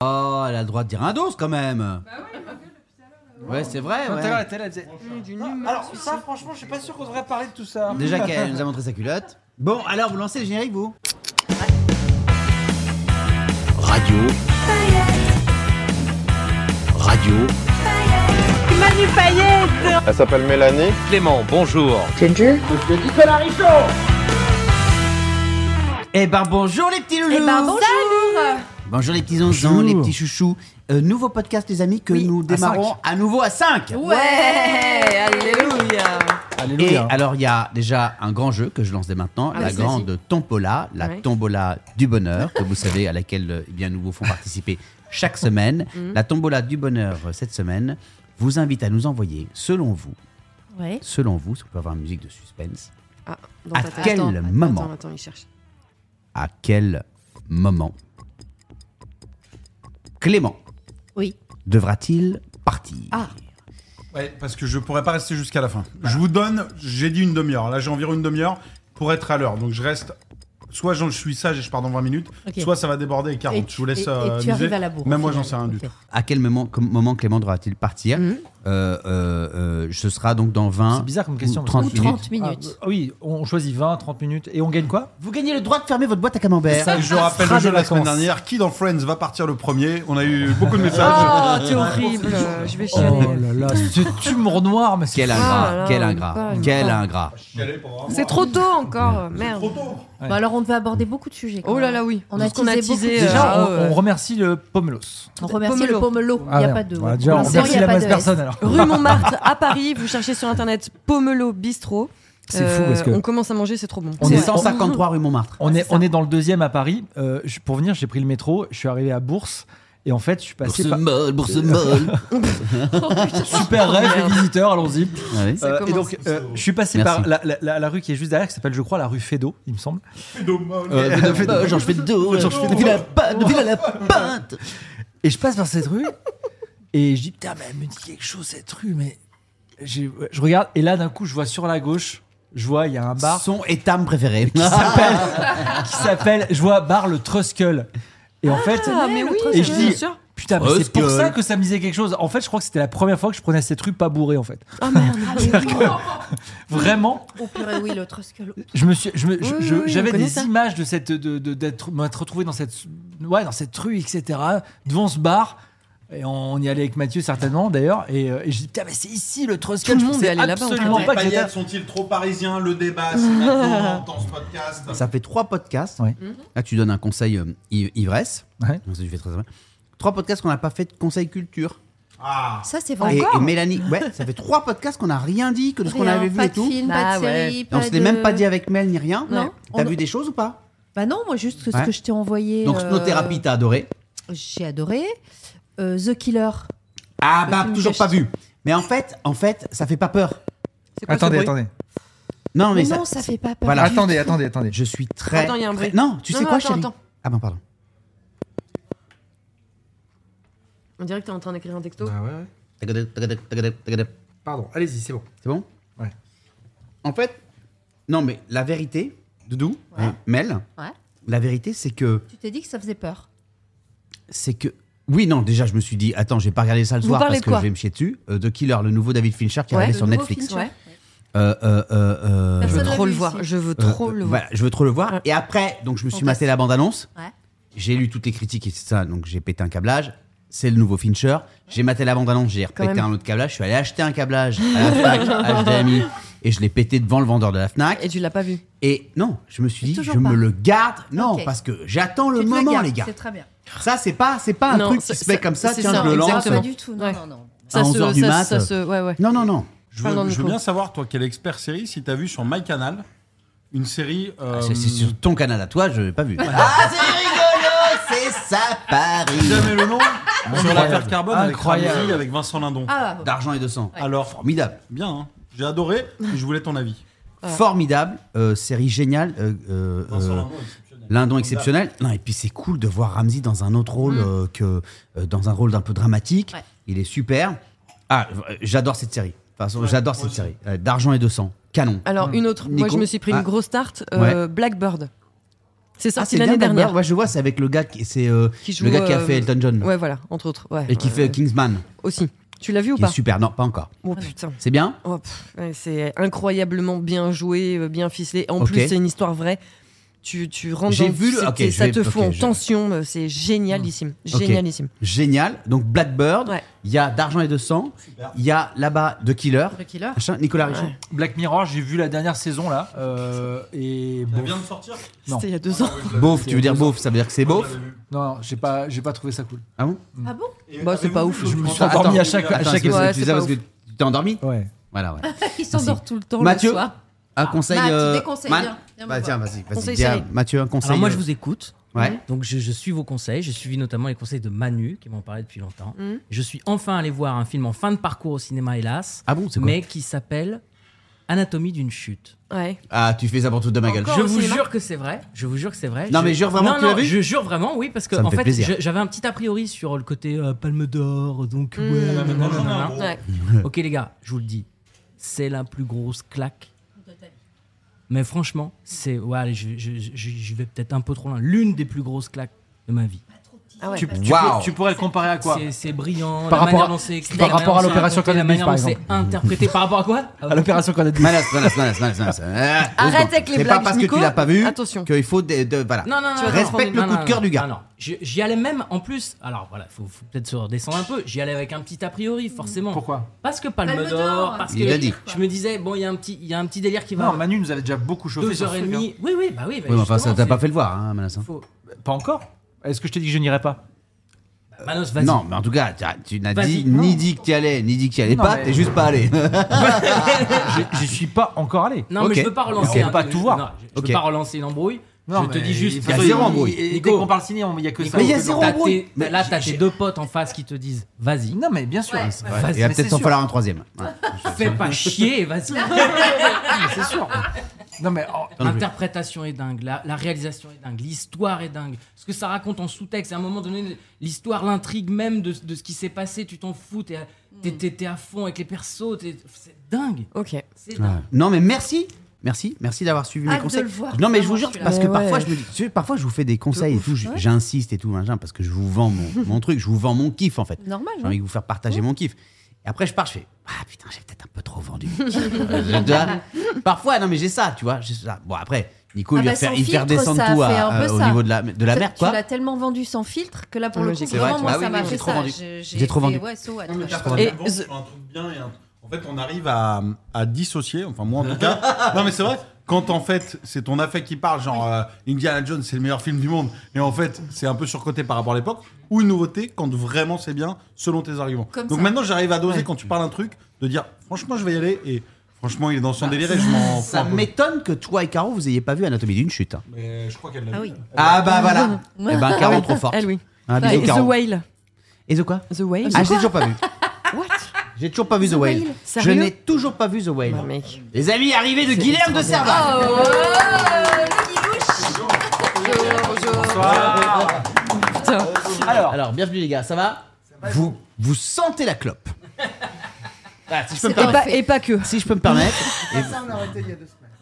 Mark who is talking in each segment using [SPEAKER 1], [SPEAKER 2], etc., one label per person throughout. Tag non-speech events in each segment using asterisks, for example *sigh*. [SPEAKER 1] Oh, elle a le droit de dire un dos quand même. Ouais, c'est vrai.
[SPEAKER 2] Quand
[SPEAKER 1] ouais.
[SPEAKER 2] t'es là, t'es là, elle disait, Hum, du num- Alors, ça, franchement, je suis pas sûr qu'on devrait parler de tout ça.
[SPEAKER 1] Déjà qu'elle nous a montré sa culotte. Bon, alors vous lancez le générique, vous
[SPEAKER 3] Radio. Radio.
[SPEAKER 4] Elle s'appelle Mélanie.
[SPEAKER 3] Clément, bonjour.
[SPEAKER 1] Eh ben bonjour les petits loulous Bonjour les petits onzons, les petits chouchous. Euh, nouveau podcast, les amis, que nous démarrons à, nouveau à 5.
[SPEAKER 5] Ouais Alléluia
[SPEAKER 1] Et alors, il y a déjà un grand jeu que je lance dès maintenant, la
[SPEAKER 5] Ah, vas-y.
[SPEAKER 1] grande tombola, la
[SPEAKER 5] Ouais.
[SPEAKER 1] tombola du bonheur, que vous savez, à laquelle euh, eh bien, nous vous font participer chaque
[SPEAKER 5] *laughs*
[SPEAKER 1] semaine.
[SPEAKER 5] Mm.
[SPEAKER 1] La tombola du bonheur, euh, cette semaine, vous invite à nous envoyer, selon vous,
[SPEAKER 5] Ouais.
[SPEAKER 1] selon vous, si on peut avoir une musique de suspense,
[SPEAKER 5] Ah,
[SPEAKER 1] À
[SPEAKER 5] ta tête.
[SPEAKER 1] quel
[SPEAKER 5] Attends, attends,
[SPEAKER 1] moment
[SPEAKER 5] Attends, attends, il cherche.
[SPEAKER 1] à quel moment Clément
[SPEAKER 5] Oui.
[SPEAKER 1] devra-t-il partir
[SPEAKER 5] Ah.
[SPEAKER 6] Ouais, parce que je pourrais pas rester jusqu'à la fin. Je vous donne, j'ai dit une demi-heure. Là, j'ai environ une demi-heure pour être à l'heure. Donc, je reste. Soit j'en- je suis sage et je pars dans 20 minutes,
[SPEAKER 7] Ok.
[SPEAKER 6] soit ça va déborder à 40.
[SPEAKER 7] Et
[SPEAKER 6] je vous laisse.
[SPEAKER 7] tu- et-
[SPEAKER 6] euh,
[SPEAKER 7] et tu
[SPEAKER 6] amuser.
[SPEAKER 7] arrives à la bourre,
[SPEAKER 6] Même moi,
[SPEAKER 7] au
[SPEAKER 6] j'en
[SPEAKER 7] final.
[SPEAKER 6] sais rien du
[SPEAKER 7] Ok.
[SPEAKER 6] tout.
[SPEAKER 1] À quel moment, comme moment Clément devra-t-il partir
[SPEAKER 5] Mhm.
[SPEAKER 1] Euh, euh, euh, Ce sera donc dans 20
[SPEAKER 2] C'est bizarre comme
[SPEAKER 1] ou
[SPEAKER 2] question.
[SPEAKER 1] 30
[SPEAKER 7] Ou
[SPEAKER 1] minutes.
[SPEAKER 7] 30 minutes.
[SPEAKER 2] Ah, oui, on choisit 20, 30 minutes et on gagne quoi
[SPEAKER 1] Vous gagnez le droit de fermer votre boîte à camembert.
[SPEAKER 6] Et je rappelle
[SPEAKER 2] sera
[SPEAKER 6] le jeu
[SPEAKER 2] des
[SPEAKER 6] de la semaine
[SPEAKER 2] vacances.
[SPEAKER 6] dernière. Qui dans Friends va partir le premier On a eu beaucoup de messages.
[SPEAKER 1] Ah,
[SPEAKER 5] Oh, t'es horrible Je vais chialer.
[SPEAKER 2] Oh là là, ce *laughs* humour noir, mais c'est
[SPEAKER 1] Quel
[SPEAKER 2] fou.
[SPEAKER 1] ingrat,
[SPEAKER 5] là là,
[SPEAKER 1] quel
[SPEAKER 5] on
[SPEAKER 1] ingrat,
[SPEAKER 5] peut pas, on peut
[SPEAKER 1] quel
[SPEAKER 5] pas.
[SPEAKER 1] ingrat.
[SPEAKER 5] C'est trop tôt encore, merde.
[SPEAKER 6] Trop tôt.
[SPEAKER 2] Ouais.
[SPEAKER 7] Bah alors on devait aborder beaucoup de sujets. quand
[SPEAKER 5] Oh là
[SPEAKER 7] même.
[SPEAKER 5] là, oui.
[SPEAKER 7] On
[SPEAKER 5] Tout
[SPEAKER 7] a
[SPEAKER 5] ce qu'on a
[SPEAKER 7] teasé beaucoup.
[SPEAKER 5] teasé.
[SPEAKER 2] Déjà,
[SPEAKER 5] euh,
[SPEAKER 2] on,
[SPEAKER 5] ah,
[SPEAKER 2] on
[SPEAKER 5] ouais.
[SPEAKER 2] remercie le Pomelos.
[SPEAKER 7] On remercie
[SPEAKER 5] Pomelo.
[SPEAKER 7] le pomelo.
[SPEAKER 6] Ah,
[SPEAKER 7] Il n'y a pas de.
[SPEAKER 6] Bah,
[SPEAKER 2] Voilà, Ah, Bah, déjà, on
[SPEAKER 7] Pour l'instant,
[SPEAKER 2] remercie
[SPEAKER 7] il y a
[SPEAKER 2] la
[SPEAKER 7] pas
[SPEAKER 2] base
[SPEAKER 7] de
[SPEAKER 2] personne alors.
[SPEAKER 5] Rue Montmartre à Paris, vous cherchez sur internet Pomelo Bistro. Euh,
[SPEAKER 2] C'est fou, parce que-
[SPEAKER 5] On commence à manger, c'est trop bon.
[SPEAKER 2] On
[SPEAKER 1] C'est
[SPEAKER 2] est-
[SPEAKER 1] 153 rue Montmartre.
[SPEAKER 2] *laughs*
[SPEAKER 7] Ah,
[SPEAKER 2] On est, on est dans le deuxième à Paris. Euh, je- pour venir, j'ai pris le métro, je suis arrivé à Bourse et en fait, je suis passé par. Ah
[SPEAKER 1] molle, bourse molle.
[SPEAKER 2] *laughs* Super rêve, les visiteurs, allons-y.
[SPEAKER 1] Ouais.
[SPEAKER 5] Ça
[SPEAKER 2] Euh, et
[SPEAKER 5] commence.
[SPEAKER 2] donc, euh, je suis passé
[SPEAKER 1] Merci.
[SPEAKER 2] par la, la- la- la rue qui est juste derrière, qui s'appelle, je crois, la rue Fédot, il me semble.
[SPEAKER 1] Euh, fais de- euh, Genre je fais de dos, genre je fais de fil à la patte, de fil à la patte.
[SPEAKER 2] Et je passe par cette rue et je dis putain, mais elle me dit quelque chose cette rue, mais j'ai- je regarde et là d'un coup je vois sur la gauche, je vois il y a un bar
[SPEAKER 1] Son et tam préféré.
[SPEAKER 2] qui s'appelle,
[SPEAKER 5] Ah.
[SPEAKER 2] qui s'appelle, je vois bar le Truskull. Et en fait,
[SPEAKER 5] Ah, mais oui,
[SPEAKER 2] et je
[SPEAKER 5] bien
[SPEAKER 2] dis
[SPEAKER 5] sûr.
[SPEAKER 2] putain, mais c'est pour
[SPEAKER 1] Truskull.
[SPEAKER 2] ça que ça me disait quelque chose. En fait, je crois que c'était la première fois que je prenais cette rue pas bourrée en fait.
[SPEAKER 5] Ah merde.
[SPEAKER 2] Vraiment,
[SPEAKER 7] Oh purée, Oh, Ah, oui, le Truskull.
[SPEAKER 2] je me suis, je me- je-
[SPEAKER 5] Oui,
[SPEAKER 2] je-
[SPEAKER 5] oui, oui,
[SPEAKER 2] j'avais
[SPEAKER 5] Mmh, on connaît
[SPEAKER 2] des
[SPEAKER 5] ça.
[SPEAKER 2] images de cette, de, de- d'être, m'être retrouvé dans cette, ouais, dans cette rue, etc. Devant ce bar. Et on y allait avec Mathieu certainement d'ailleurs et, euh, et je dis putain mais c'est ici le Truskull
[SPEAKER 5] Tout le
[SPEAKER 2] je
[SPEAKER 5] monde
[SPEAKER 2] pensais
[SPEAKER 5] est allé là-bas, en
[SPEAKER 2] absolument
[SPEAKER 5] fait.
[SPEAKER 2] pas que j'étais-
[SPEAKER 6] sont-ils trop parisiens Le débat, c'est
[SPEAKER 7] *laughs*
[SPEAKER 6] maintenant dans ce podcast.
[SPEAKER 1] Ça fait trois podcasts.
[SPEAKER 2] Ouais.
[SPEAKER 1] Là, tu donnes un conseil euh, i- ivresse.
[SPEAKER 2] Ouais.
[SPEAKER 1] Donc, ça, tu fais très bien. Trois podcasts qu'on n'a pas fait de conseil culture.
[SPEAKER 6] Ah,
[SPEAKER 7] Ça c'est
[SPEAKER 1] Et,
[SPEAKER 7] vrai.
[SPEAKER 1] et Mélanie, ouais, ça fait trois podcasts qu'on n'a rien dit que de ce qu'on
[SPEAKER 7] Rien,
[SPEAKER 1] avait vu
[SPEAKER 7] pas
[SPEAKER 1] et tout.
[SPEAKER 7] de film,
[SPEAKER 5] Bah
[SPEAKER 7] pas de
[SPEAKER 5] ouais.
[SPEAKER 7] série,
[SPEAKER 1] Et on
[SPEAKER 7] pas
[SPEAKER 1] se
[SPEAKER 7] de...
[SPEAKER 1] l'est même pas dit avec Mel ni rien.
[SPEAKER 7] Non.
[SPEAKER 1] T'as
[SPEAKER 7] On-
[SPEAKER 1] vu des choses ou pas
[SPEAKER 7] Bah non, moi juste que
[SPEAKER 1] Ouais.
[SPEAKER 7] ce que je t'ai envoyé.
[SPEAKER 1] Donc,
[SPEAKER 7] euh,
[SPEAKER 1] Snow-Thérapie, t'as adoré.
[SPEAKER 7] J'ai adoré. Euh, The Killer.
[SPEAKER 1] Ah,
[SPEAKER 7] Le
[SPEAKER 1] bah,
[SPEAKER 7] film
[SPEAKER 1] toujours
[SPEAKER 7] que
[SPEAKER 1] pas
[SPEAKER 7] je-
[SPEAKER 1] vu. Mais en fait, en fait, ça fait pas peur.
[SPEAKER 5] C'est quoi ce
[SPEAKER 2] Attendez,
[SPEAKER 5] bruit
[SPEAKER 2] attendez.
[SPEAKER 1] Non, mais,
[SPEAKER 7] Mais
[SPEAKER 1] ça,
[SPEAKER 7] non, ça fait pas peur.
[SPEAKER 1] Voilà.
[SPEAKER 7] du
[SPEAKER 2] Attendez,
[SPEAKER 7] tout.
[SPEAKER 2] attendez, attendez.
[SPEAKER 1] Je suis très.
[SPEAKER 5] Attends, il y a un
[SPEAKER 1] très-
[SPEAKER 5] bruit.
[SPEAKER 1] Non, tu
[SPEAKER 5] Non,
[SPEAKER 1] sais
[SPEAKER 5] non,
[SPEAKER 1] quoi,
[SPEAKER 5] attends,
[SPEAKER 1] chérie
[SPEAKER 5] attends.
[SPEAKER 1] Ah bon, pardon.
[SPEAKER 5] On dirait que t'es en train d'écrire un texto.
[SPEAKER 1] Bah, Tagadou, tagadou, tagadou, tagadou.
[SPEAKER 2] Pardon, allez-y, c'est bon.
[SPEAKER 1] C'est bon
[SPEAKER 2] Ouais.
[SPEAKER 1] En fait, non, mais la vérité, Doudou,
[SPEAKER 7] Ouais.
[SPEAKER 1] hein, Mel,
[SPEAKER 7] Ouais.
[SPEAKER 1] la vérité, c'est que,
[SPEAKER 7] Tu t'es dit que ça faisait peur.
[SPEAKER 1] c'est que. Oui, non, déjà, je me suis dit, attends, je vais pas regarder ça le
[SPEAKER 5] Vous
[SPEAKER 1] soir
[SPEAKER 5] parlez
[SPEAKER 1] parce
[SPEAKER 5] de
[SPEAKER 1] que
[SPEAKER 5] quoi
[SPEAKER 1] je vais me chier dessus. Euh, The Killer, le nouveau David Fincher qui est
[SPEAKER 5] Ouais,
[SPEAKER 1] arrivé
[SPEAKER 5] le
[SPEAKER 1] sur
[SPEAKER 7] nouveau
[SPEAKER 1] Netflix.
[SPEAKER 7] Fincher.
[SPEAKER 5] Ouais.
[SPEAKER 1] Euh, euh, euh, euh,
[SPEAKER 5] Je veux
[SPEAKER 7] Personne
[SPEAKER 5] trop
[SPEAKER 7] l'a
[SPEAKER 5] le
[SPEAKER 7] vu
[SPEAKER 5] voir.
[SPEAKER 7] ici.
[SPEAKER 5] Je veux
[SPEAKER 1] euh,
[SPEAKER 5] trop
[SPEAKER 1] euh,
[SPEAKER 5] le voir.
[SPEAKER 1] voilà, je veux trop le voir.
[SPEAKER 5] Ouais.
[SPEAKER 1] Et après, donc, je me suis
[SPEAKER 7] Fantastique.
[SPEAKER 1] maté la bande-annonce.
[SPEAKER 7] Ouais.
[SPEAKER 1] J'ai lu toutes les critiques et tout ça, donc j'ai pété un câblage. C'est le nouveau Fincher. J'ai maté la bande-annonce, j'ai repété
[SPEAKER 5] même.
[SPEAKER 1] un autre câblage. Je suis allé acheter un câblage à la fac, HDMI, et je l'ai pété devant le vendeur de la Fnac.
[SPEAKER 5] Et tu l'as pas vu.
[SPEAKER 1] Et non, je me suis dit, je
[SPEAKER 7] Toujours pas.
[SPEAKER 1] me le garde. Non,
[SPEAKER 7] Ok.
[SPEAKER 1] parce que j'attends le
[SPEAKER 7] Tu te
[SPEAKER 1] moment,
[SPEAKER 7] gardes,
[SPEAKER 1] les gars.
[SPEAKER 7] C'est très bien.
[SPEAKER 1] Ça, c'est pas, c'est pas un
[SPEAKER 5] Non,
[SPEAKER 1] truc qui
[SPEAKER 5] c'est-
[SPEAKER 1] se fait
[SPEAKER 5] c'est-
[SPEAKER 1] comme ça.
[SPEAKER 5] c'est
[SPEAKER 1] Tiens,
[SPEAKER 5] ça,
[SPEAKER 1] je le
[SPEAKER 7] Ah,
[SPEAKER 1] lance.
[SPEAKER 5] exactement.
[SPEAKER 7] pas du tout. Non,
[SPEAKER 5] Ouais.
[SPEAKER 7] non, non.
[SPEAKER 1] À 11 heures du
[SPEAKER 5] ça,
[SPEAKER 1] mat.
[SPEAKER 5] ça se. Ouais, ouais.
[SPEAKER 1] Non, non, non.
[SPEAKER 6] je
[SPEAKER 5] Parle dans
[SPEAKER 6] veux,
[SPEAKER 5] le
[SPEAKER 6] je veux
[SPEAKER 5] micro.
[SPEAKER 6] bien savoir, toi, quel expert série, si t'as vu sur My Canal une série. euh,
[SPEAKER 1] C'est c'est sur ton canal à toi, je l'ai pas vu. Ah, c'est rigolo, à Paris.
[SPEAKER 2] *laughs*
[SPEAKER 6] Jamais le nom Sur l'affaire carbone avec
[SPEAKER 2] Incroyable.
[SPEAKER 6] Ramsey, avec Vincent Lindon.
[SPEAKER 7] Ah, bon.
[SPEAKER 1] D'argent et de sang.
[SPEAKER 6] Alors, formidable.
[SPEAKER 1] Formidable.
[SPEAKER 6] Bien, hein. j'ai adoré, mais je voulais ton avis.
[SPEAKER 1] Formidable. euh, série géniale. euh, euh, euh, Lindon exceptionnel. Non, et puis c'est cool de voir Ramsey dans un autre rôle
[SPEAKER 5] Mm.
[SPEAKER 1] euh, que euh, dans un rôle d'un peu dramatique.
[SPEAKER 7] Ouais.
[SPEAKER 1] Il est super. Ah, euh, j'adore cette série. De toute façon,
[SPEAKER 6] Ouais,
[SPEAKER 1] j'adore
[SPEAKER 6] moi
[SPEAKER 1] cette
[SPEAKER 6] aussi. Mm.
[SPEAKER 1] série. Euh, D'argent et de sang. Canon.
[SPEAKER 5] Alors, une autre. Moi,
[SPEAKER 1] Nico
[SPEAKER 5] je me suis pris
[SPEAKER 1] Ah.
[SPEAKER 5] une grosse tarte. euh, Blackbird. C'est
[SPEAKER 1] Ah,
[SPEAKER 5] sorti
[SPEAKER 1] bien,
[SPEAKER 5] l'année
[SPEAKER 1] Blackbird.
[SPEAKER 5] dernière.
[SPEAKER 1] Ouais, je vois, c'est avec le gars qui, c'est, euh,
[SPEAKER 5] Qui joue,
[SPEAKER 1] le gars qui a
[SPEAKER 5] euh,
[SPEAKER 1] fait Elton John.
[SPEAKER 5] Ouais, voilà, entre autres. Ouais,
[SPEAKER 1] Et qui
[SPEAKER 5] ouais,
[SPEAKER 1] fait
[SPEAKER 5] ouais.
[SPEAKER 1] Kingsman.
[SPEAKER 5] Aussi. Tu l'as vu ou
[SPEAKER 1] Qui est
[SPEAKER 5] pas
[SPEAKER 1] super. Non, pas encore.
[SPEAKER 5] Oh putain.
[SPEAKER 1] C'est bien
[SPEAKER 5] Oh, pff, ouais, c'est incroyablement bien joué, euh, bien ficelé. En
[SPEAKER 1] Ok.
[SPEAKER 5] plus, c'est une histoire vraie. Tu, tu rentres
[SPEAKER 1] J'ai
[SPEAKER 5] dans
[SPEAKER 1] vu le-
[SPEAKER 5] c'est-
[SPEAKER 1] ok,
[SPEAKER 5] c'est-
[SPEAKER 1] je
[SPEAKER 5] ça
[SPEAKER 1] vais-
[SPEAKER 5] te
[SPEAKER 1] ok,
[SPEAKER 5] fout en
[SPEAKER 1] je-
[SPEAKER 5] tension. euh, C'est génialissime.
[SPEAKER 1] Ok.
[SPEAKER 5] Génialissime.
[SPEAKER 1] Génial. Donc Blackbird, il
[SPEAKER 5] Ouais.
[SPEAKER 1] y a d'argent et de sang, il y a là-bas The Killer,
[SPEAKER 7] le killer.
[SPEAKER 1] machin, Nicolas Richon.
[SPEAKER 2] Black Mirror, j'ai vu la dernière saison là. euh, et bon,
[SPEAKER 6] vient de sortir Ah
[SPEAKER 2] Non.
[SPEAKER 5] C'était il y a deux ans.
[SPEAKER 1] Beauf, tu veux dire beauf, ça veut dire que c'est beauf
[SPEAKER 2] non, non, j'ai pas, j'ai pas trouvé ça cool.
[SPEAKER 1] Ah bon
[SPEAKER 7] Ah bon
[SPEAKER 5] Bah, c'est pas ouf.
[SPEAKER 2] Je me suis
[SPEAKER 1] Attends,
[SPEAKER 2] endormi à chaque, à
[SPEAKER 1] Attends,
[SPEAKER 2] chaque
[SPEAKER 1] est-ce que
[SPEAKER 5] Ouais,
[SPEAKER 1] tu
[SPEAKER 5] c'est
[SPEAKER 1] disais
[SPEAKER 5] pas
[SPEAKER 1] parce que tu t'es endormi
[SPEAKER 2] Ouais.
[SPEAKER 1] Voilà, ouais.
[SPEAKER 7] Il s'endort tout le temps
[SPEAKER 1] Mathieu
[SPEAKER 7] le soir.
[SPEAKER 1] Un conseil.
[SPEAKER 7] Matt,
[SPEAKER 1] euh,
[SPEAKER 7] déconseille,
[SPEAKER 1] Man
[SPEAKER 7] viens, viens me
[SPEAKER 1] Bah
[SPEAKER 7] voir.
[SPEAKER 1] tiens, vas-y, vas-y.
[SPEAKER 5] Conseil
[SPEAKER 1] viens,
[SPEAKER 5] série.
[SPEAKER 1] Mathieu, un conseil.
[SPEAKER 8] Alors moi,
[SPEAKER 1] euh,
[SPEAKER 8] je vous écoute.
[SPEAKER 1] Ouais.
[SPEAKER 8] Donc je, je suis vos conseils. J'ai suivi notamment les conseils de Manu, qui m'en parlait depuis longtemps.
[SPEAKER 5] Mm.
[SPEAKER 8] Je suis enfin allé voir un film en fin de parcours au cinéma, hélas,
[SPEAKER 1] Ah bon, c'est quoi
[SPEAKER 8] mais qui s'appelle Anatomie d'une chute.
[SPEAKER 5] Ouais.
[SPEAKER 1] Ah, tu fais ça pour toute de ma gueule.
[SPEAKER 5] Encore
[SPEAKER 8] je
[SPEAKER 5] Oh, au
[SPEAKER 8] vous
[SPEAKER 5] cinéma
[SPEAKER 8] jure que c'est vrai. Je vous jure que c'est vrai.
[SPEAKER 1] Non, mais jure vraiment
[SPEAKER 8] Non,
[SPEAKER 1] que tu l'as
[SPEAKER 8] non,
[SPEAKER 1] vu
[SPEAKER 8] Je jure vraiment, oui, parce que
[SPEAKER 1] Ça me
[SPEAKER 8] en
[SPEAKER 1] fait
[SPEAKER 8] fait,
[SPEAKER 1] plaisir.
[SPEAKER 8] je- j'avais un petit a priori sur le côté euh, Palme d'Or, donc
[SPEAKER 5] Mm.
[SPEAKER 8] ouais, nanana,
[SPEAKER 1] *laughs*
[SPEAKER 8] nanana.
[SPEAKER 5] Ouais.
[SPEAKER 8] Ok les gars, je vous le dis, c'est la plus grosse claque. Mais franchement, c'est ouais, allez, je, je- je- je vais peut-être un peu trop loin. L'une des plus grosses claques de ma vie.
[SPEAKER 5] Ah ouais.
[SPEAKER 2] Tu, tu
[SPEAKER 1] Waouh.
[SPEAKER 2] peux- tu pourrais le comparer à quoi
[SPEAKER 8] C'est- C'est brillant.
[SPEAKER 2] Par
[SPEAKER 8] la
[SPEAKER 2] rapport
[SPEAKER 8] manière
[SPEAKER 2] à-
[SPEAKER 8] dont c'est écrit,
[SPEAKER 2] par
[SPEAKER 8] la manière
[SPEAKER 2] rapport à
[SPEAKER 8] dont c'est
[SPEAKER 2] l'opération
[SPEAKER 8] raconté, la
[SPEAKER 2] Cannabis,
[SPEAKER 8] manière
[SPEAKER 2] par
[SPEAKER 8] dont c'est
[SPEAKER 2] exemple.
[SPEAKER 8] interprété. par rapport à quoi
[SPEAKER 2] À l'opération Canada.
[SPEAKER 1] Manas, manas, manas, manas, manas. Ah, deux
[SPEAKER 5] Arrête
[SPEAKER 1] secondes.
[SPEAKER 5] avec les
[SPEAKER 1] C'est pas
[SPEAKER 5] blagues,
[SPEAKER 1] parce que
[SPEAKER 5] Nico.
[SPEAKER 1] tu l'as pas vu
[SPEAKER 5] Attention.
[SPEAKER 1] qu'il faut. des- de- voilà.
[SPEAKER 8] *laughs* Non, non, non.
[SPEAKER 5] vas
[SPEAKER 8] non,
[SPEAKER 1] respecte
[SPEAKER 8] non,
[SPEAKER 1] le
[SPEAKER 8] non,
[SPEAKER 1] coup de
[SPEAKER 8] non,
[SPEAKER 1] cœur du gars.
[SPEAKER 8] Non, non. Je- J'y allais même, en plus. Alors voilà, faut, faut peut-être se redescendre un peu. J'y allais avec un petit a priori, forcément.
[SPEAKER 2] Pourquoi
[SPEAKER 8] Parce que Palme
[SPEAKER 7] Palme d'Or.
[SPEAKER 8] d'Or, parce
[SPEAKER 1] Il
[SPEAKER 8] que
[SPEAKER 1] l'a dit.
[SPEAKER 8] je me disais, bon, il y, a un petit- il y a un petit délire qui va.
[SPEAKER 2] Non, Manu nous avait déjà beaucoup chauffé.
[SPEAKER 8] deux
[SPEAKER 2] sur
[SPEAKER 8] heures
[SPEAKER 2] ce
[SPEAKER 8] et
[SPEAKER 2] truc,
[SPEAKER 8] demie. Oui, oui, bah oui. bah
[SPEAKER 1] hein. Oui, mais enfin,
[SPEAKER 8] justement,
[SPEAKER 1] ça t'as
[SPEAKER 8] c'est-
[SPEAKER 1] pas fait le voir, hein, Manas. hein.
[SPEAKER 8] faut-
[SPEAKER 2] hein. Pas encore Est-ce que je t'ai dit que je n'irai *laughs* pas
[SPEAKER 8] Manos, vas-y.
[SPEAKER 1] Euh, Non, mais en tout cas, t'as- tu n'as
[SPEAKER 8] Vas-y.
[SPEAKER 1] dit ni dit que tu allais, ni dit que tu allais
[SPEAKER 2] Non,
[SPEAKER 1] pas,
[SPEAKER 2] mais-
[SPEAKER 1] t'es juste pas allé.
[SPEAKER 2] Je- J'y suis pas encore allé.
[SPEAKER 8] Non,
[SPEAKER 1] Ok.
[SPEAKER 8] mais je veux pas relancer.
[SPEAKER 2] Ok.
[SPEAKER 8] un-
[SPEAKER 2] On peut pas tout voir.
[SPEAKER 8] Non, je, je
[SPEAKER 1] Ok.
[SPEAKER 8] veux pas relancer une embrouille. je te dis juste.
[SPEAKER 1] y a zéro embrouille.
[SPEAKER 2] Et dès
[SPEAKER 8] Nico.
[SPEAKER 2] qu'on parle ciné, on- il y a que ça.
[SPEAKER 1] Mais il y a
[SPEAKER 2] T'as
[SPEAKER 1] zéro
[SPEAKER 8] T'as
[SPEAKER 1] embrouille.
[SPEAKER 8] tes-
[SPEAKER 1] Mais
[SPEAKER 8] Là,
[SPEAKER 1] j'ai-
[SPEAKER 8] t'as tes deux potes en face qui te disent vas-y.
[SPEAKER 2] Non, mais bien sûr. C'est
[SPEAKER 1] Ouais, Il va peut-être s'en falloir un troisième. Ouais.
[SPEAKER 8] Fais *laughs* pas chier, et vas-y.
[SPEAKER 2] C'est sûr. Non, mais oh,
[SPEAKER 8] L'interprétation est dingue, la, la réalisation est dingue, l'histoire est dingue. Ce que ça raconte en sous-texte, à un moment donné, l'histoire, l'intrigue même de, de ce qui s'est passé, tu t'en fous, t'es à, t'es- t'es- t'es à fond avec les persos, t'es- c'est dingue.
[SPEAKER 5] Ok.
[SPEAKER 8] Oh, C'est dingue.
[SPEAKER 1] Non, mais merci. Merci, merci d'avoir suivi mes
[SPEAKER 7] Hâte de
[SPEAKER 1] conseils.
[SPEAKER 7] le voir,
[SPEAKER 1] non, mais je vous
[SPEAKER 7] vraiment,
[SPEAKER 1] jure,
[SPEAKER 7] celui-là.
[SPEAKER 1] parce que
[SPEAKER 5] Mais
[SPEAKER 1] parfois,
[SPEAKER 5] ouais.
[SPEAKER 1] je me dis, tu sais, parfois, je vous fais des conseils et tout, j- j'insiste et tout, machin, parce que je vous vends
[SPEAKER 7] *laughs*
[SPEAKER 1] mon, mon truc, je vous vends mon kiff, en fait.
[SPEAKER 7] Normal,
[SPEAKER 1] J'ai
[SPEAKER 7] ouais.
[SPEAKER 1] envie de vous faire partager mon kiff. Et après, je pars, je fais, ah putain, j'ai peut-être un peu trop
[SPEAKER 7] *laughs*
[SPEAKER 1] vendu. Euh, tu vois parfois, non, mais j'ai ça, tu vois. j'ai ça. Bon, après, Nico,
[SPEAKER 7] Ah
[SPEAKER 1] il va
[SPEAKER 7] bah,
[SPEAKER 1] faire,
[SPEAKER 7] sans
[SPEAKER 1] il faire
[SPEAKER 7] filtre,
[SPEAKER 1] descendre
[SPEAKER 7] ça
[SPEAKER 1] tout à-
[SPEAKER 7] fait un peu
[SPEAKER 1] euh, au
[SPEAKER 7] ça.
[SPEAKER 1] niveau de la, de la
[SPEAKER 7] Ça-
[SPEAKER 1] merde, quoi.
[SPEAKER 7] Tu l'as tellement vendu sans filtre que là, pour
[SPEAKER 5] Ah,
[SPEAKER 7] le
[SPEAKER 5] mais
[SPEAKER 7] coup,
[SPEAKER 1] c'est vrai,
[SPEAKER 7] vraiment,
[SPEAKER 1] tu
[SPEAKER 7] moi,
[SPEAKER 1] vois,
[SPEAKER 7] ça
[SPEAKER 1] oui,
[SPEAKER 7] m'a
[SPEAKER 1] oui,
[SPEAKER 7] fait
[SPEAKER 1] j'ai trop
[SPEAKER 7] ça.
[SPEAKER 1] vendu.
[SPEAKER 7] Je-
[SPEAKER 1] J'ai trop
[SPEAKER 7] fait,
[SPEAKER 1] vendu.
[SPEAKER 7] ouais, so what,
[SPEAKER 6] Non, mais
[SPEAKER 7] quoi.
[SPEAKER 6] t'as raison,
[SPEAKER 5] Et
[SPEAKER 6] bon,
[SPEAKER 5] the-
[SPEAKER 6] un truc bien et un- En fait, on arrive à, à dissocier, enfin moi en tout cas. non mais c'est vrai, quand en fait c'est ton affect qui parle, genre euh, Indiana Jones c'est le meilleur film du monde, et en fait c'est un peu surcoté par rapport à l'époque, ou une nouveauté quand vraiment c'est bien selon tes arguments.
[SPEAKER 7] Comme
[SPEAKER 6] Donc
[SPEAKER 7] ça.
[SPEAKER 6] maintenant j'arrive à doser quand tu parles un truc, de dire franchement je vais y aller, et franchement il est dans son délire et je m'en fous.
[SPEAKER 1] Ça
[SPEAKER 6] un peu.
[SPEAKER 1] m'étonne que toi et Caro, vous ayez pas vu Anatomie d'une chute. hein.
[SPEAKER 6] Mais je crois qu'elle l'a
[SPEAKER 7] Ah
[SPEAKER 6] vu.
[SPEAKER 7] oui.
[SPEAKER 1] Ah bah
[SPEAKER 7] *laughs*
[SPEAKER 1] voilà. Eh ben, Caro, trop forte.
[SPEAKER 5] Elle, oui.
[SPEAKER 1] Ah,
[SPEAKER 5] Et
[SPEAKER 7] Bah,
[SPEAKER 1] bisous,
[SPEAKER 5] The
[SPEAKER 1] Caro.
[SPEAKER 5] Whale.
[SPEAKER 1] Et The quoi
[SPEAKER 5] The Whale.
[SPEAKER 1] Ah, je l'ai toujours pas vu.
[SPEAKER 5] *laughs* What
[SPEAKER 1] J'ai toujours pas vu The, Whale.
[SPEAKER 7] Whale,
[SPEAKER 1] Je
[SPEAKER 5] sérieux
[SPEAKER 1] n'ai toujours pas vu The Whale.
[SPEAKER 5] Bah, mec.
[SPEAKER 1] Les amis, arrivée de Guilherme de Serval. Alors, alors, bienvenue les gars, ça va Vous vous sentez la
[SPEAKER 5] *laughs*
[SPEAKER 1] clope Ah, si, je peux me
[SPEAKER 5] Et
[SPEAKER 1] permettre,
[SPEAKER 5] pas, et pas que.
[SPEAKER 1] si je peux me
[SPEAKER 5] *laughs*
[SPEAKER 1] permettre. Et-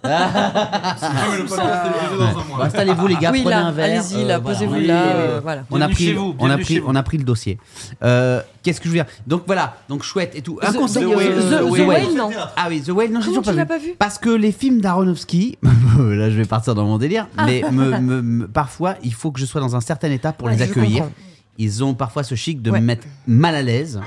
[SPEAKER 6] Ah, mais le podcast, est diffusé dans un mois.
[SPEAKER 1] Bon, Bah, Installez-vous les gars,
[SPEAKER 5] Ah Oui,
[SPEAKER 1] prenez
[SPEAKER 5] là,
[SPEAKER 1] un verre.
[SPEAKER 5] allez-y, là, posez-vous
[SPEAKER 1] on est-
[SPEAKER 5] là, euh, voilà.
[SPEAKER 1] On a
[SPEAKER 2] Bienvenue
[SPEAKER 1] pris,
[SPEAKER 2] chez vous,
[SPEAKER 1] on a
[SPEAKER 2] bienvenue chez
[SPEAKER 1] pris,
[SPEAKER 2] vous.
[SPEAKER 1] on a pris le dossier. Euh, Qu'est-ce que je veux dire Donc voilà, donc chouette et tout. Un conseil.
[SPEAKER 5] The-
[SPEAKER 1] euh,
[SPEAKER 5] The- The Whale, non.
[SPEAKER 1] Ah oui, The Whale, non, j'ai toujours
[SPEAKER 5] Comment tu
[SPEAKER 1] pas vu.
[SPEAKER 5] l'as pas vu
[SPEAKER 1] Parce que les films d'Aronofsky, *laughs* là je vais partir dans mon délire,
[SPEAKER 5] Ah.
[SPEAKER 1] mais me- me- me- parfois il faut que je sois dans un certain état pour
[SPEAKER 5] Ouais,
[SPEAKER 1] les
[SPEAKER 5] Ah, je
[SPEAKER 1] accueillir.
[SPEAKER 5] comprends.
[SPEAKER 1] Ils ont parfois ce chic de
[SPEAKER 5] Ouais.
[SPEAKER 1] me mettre mal à l'aise.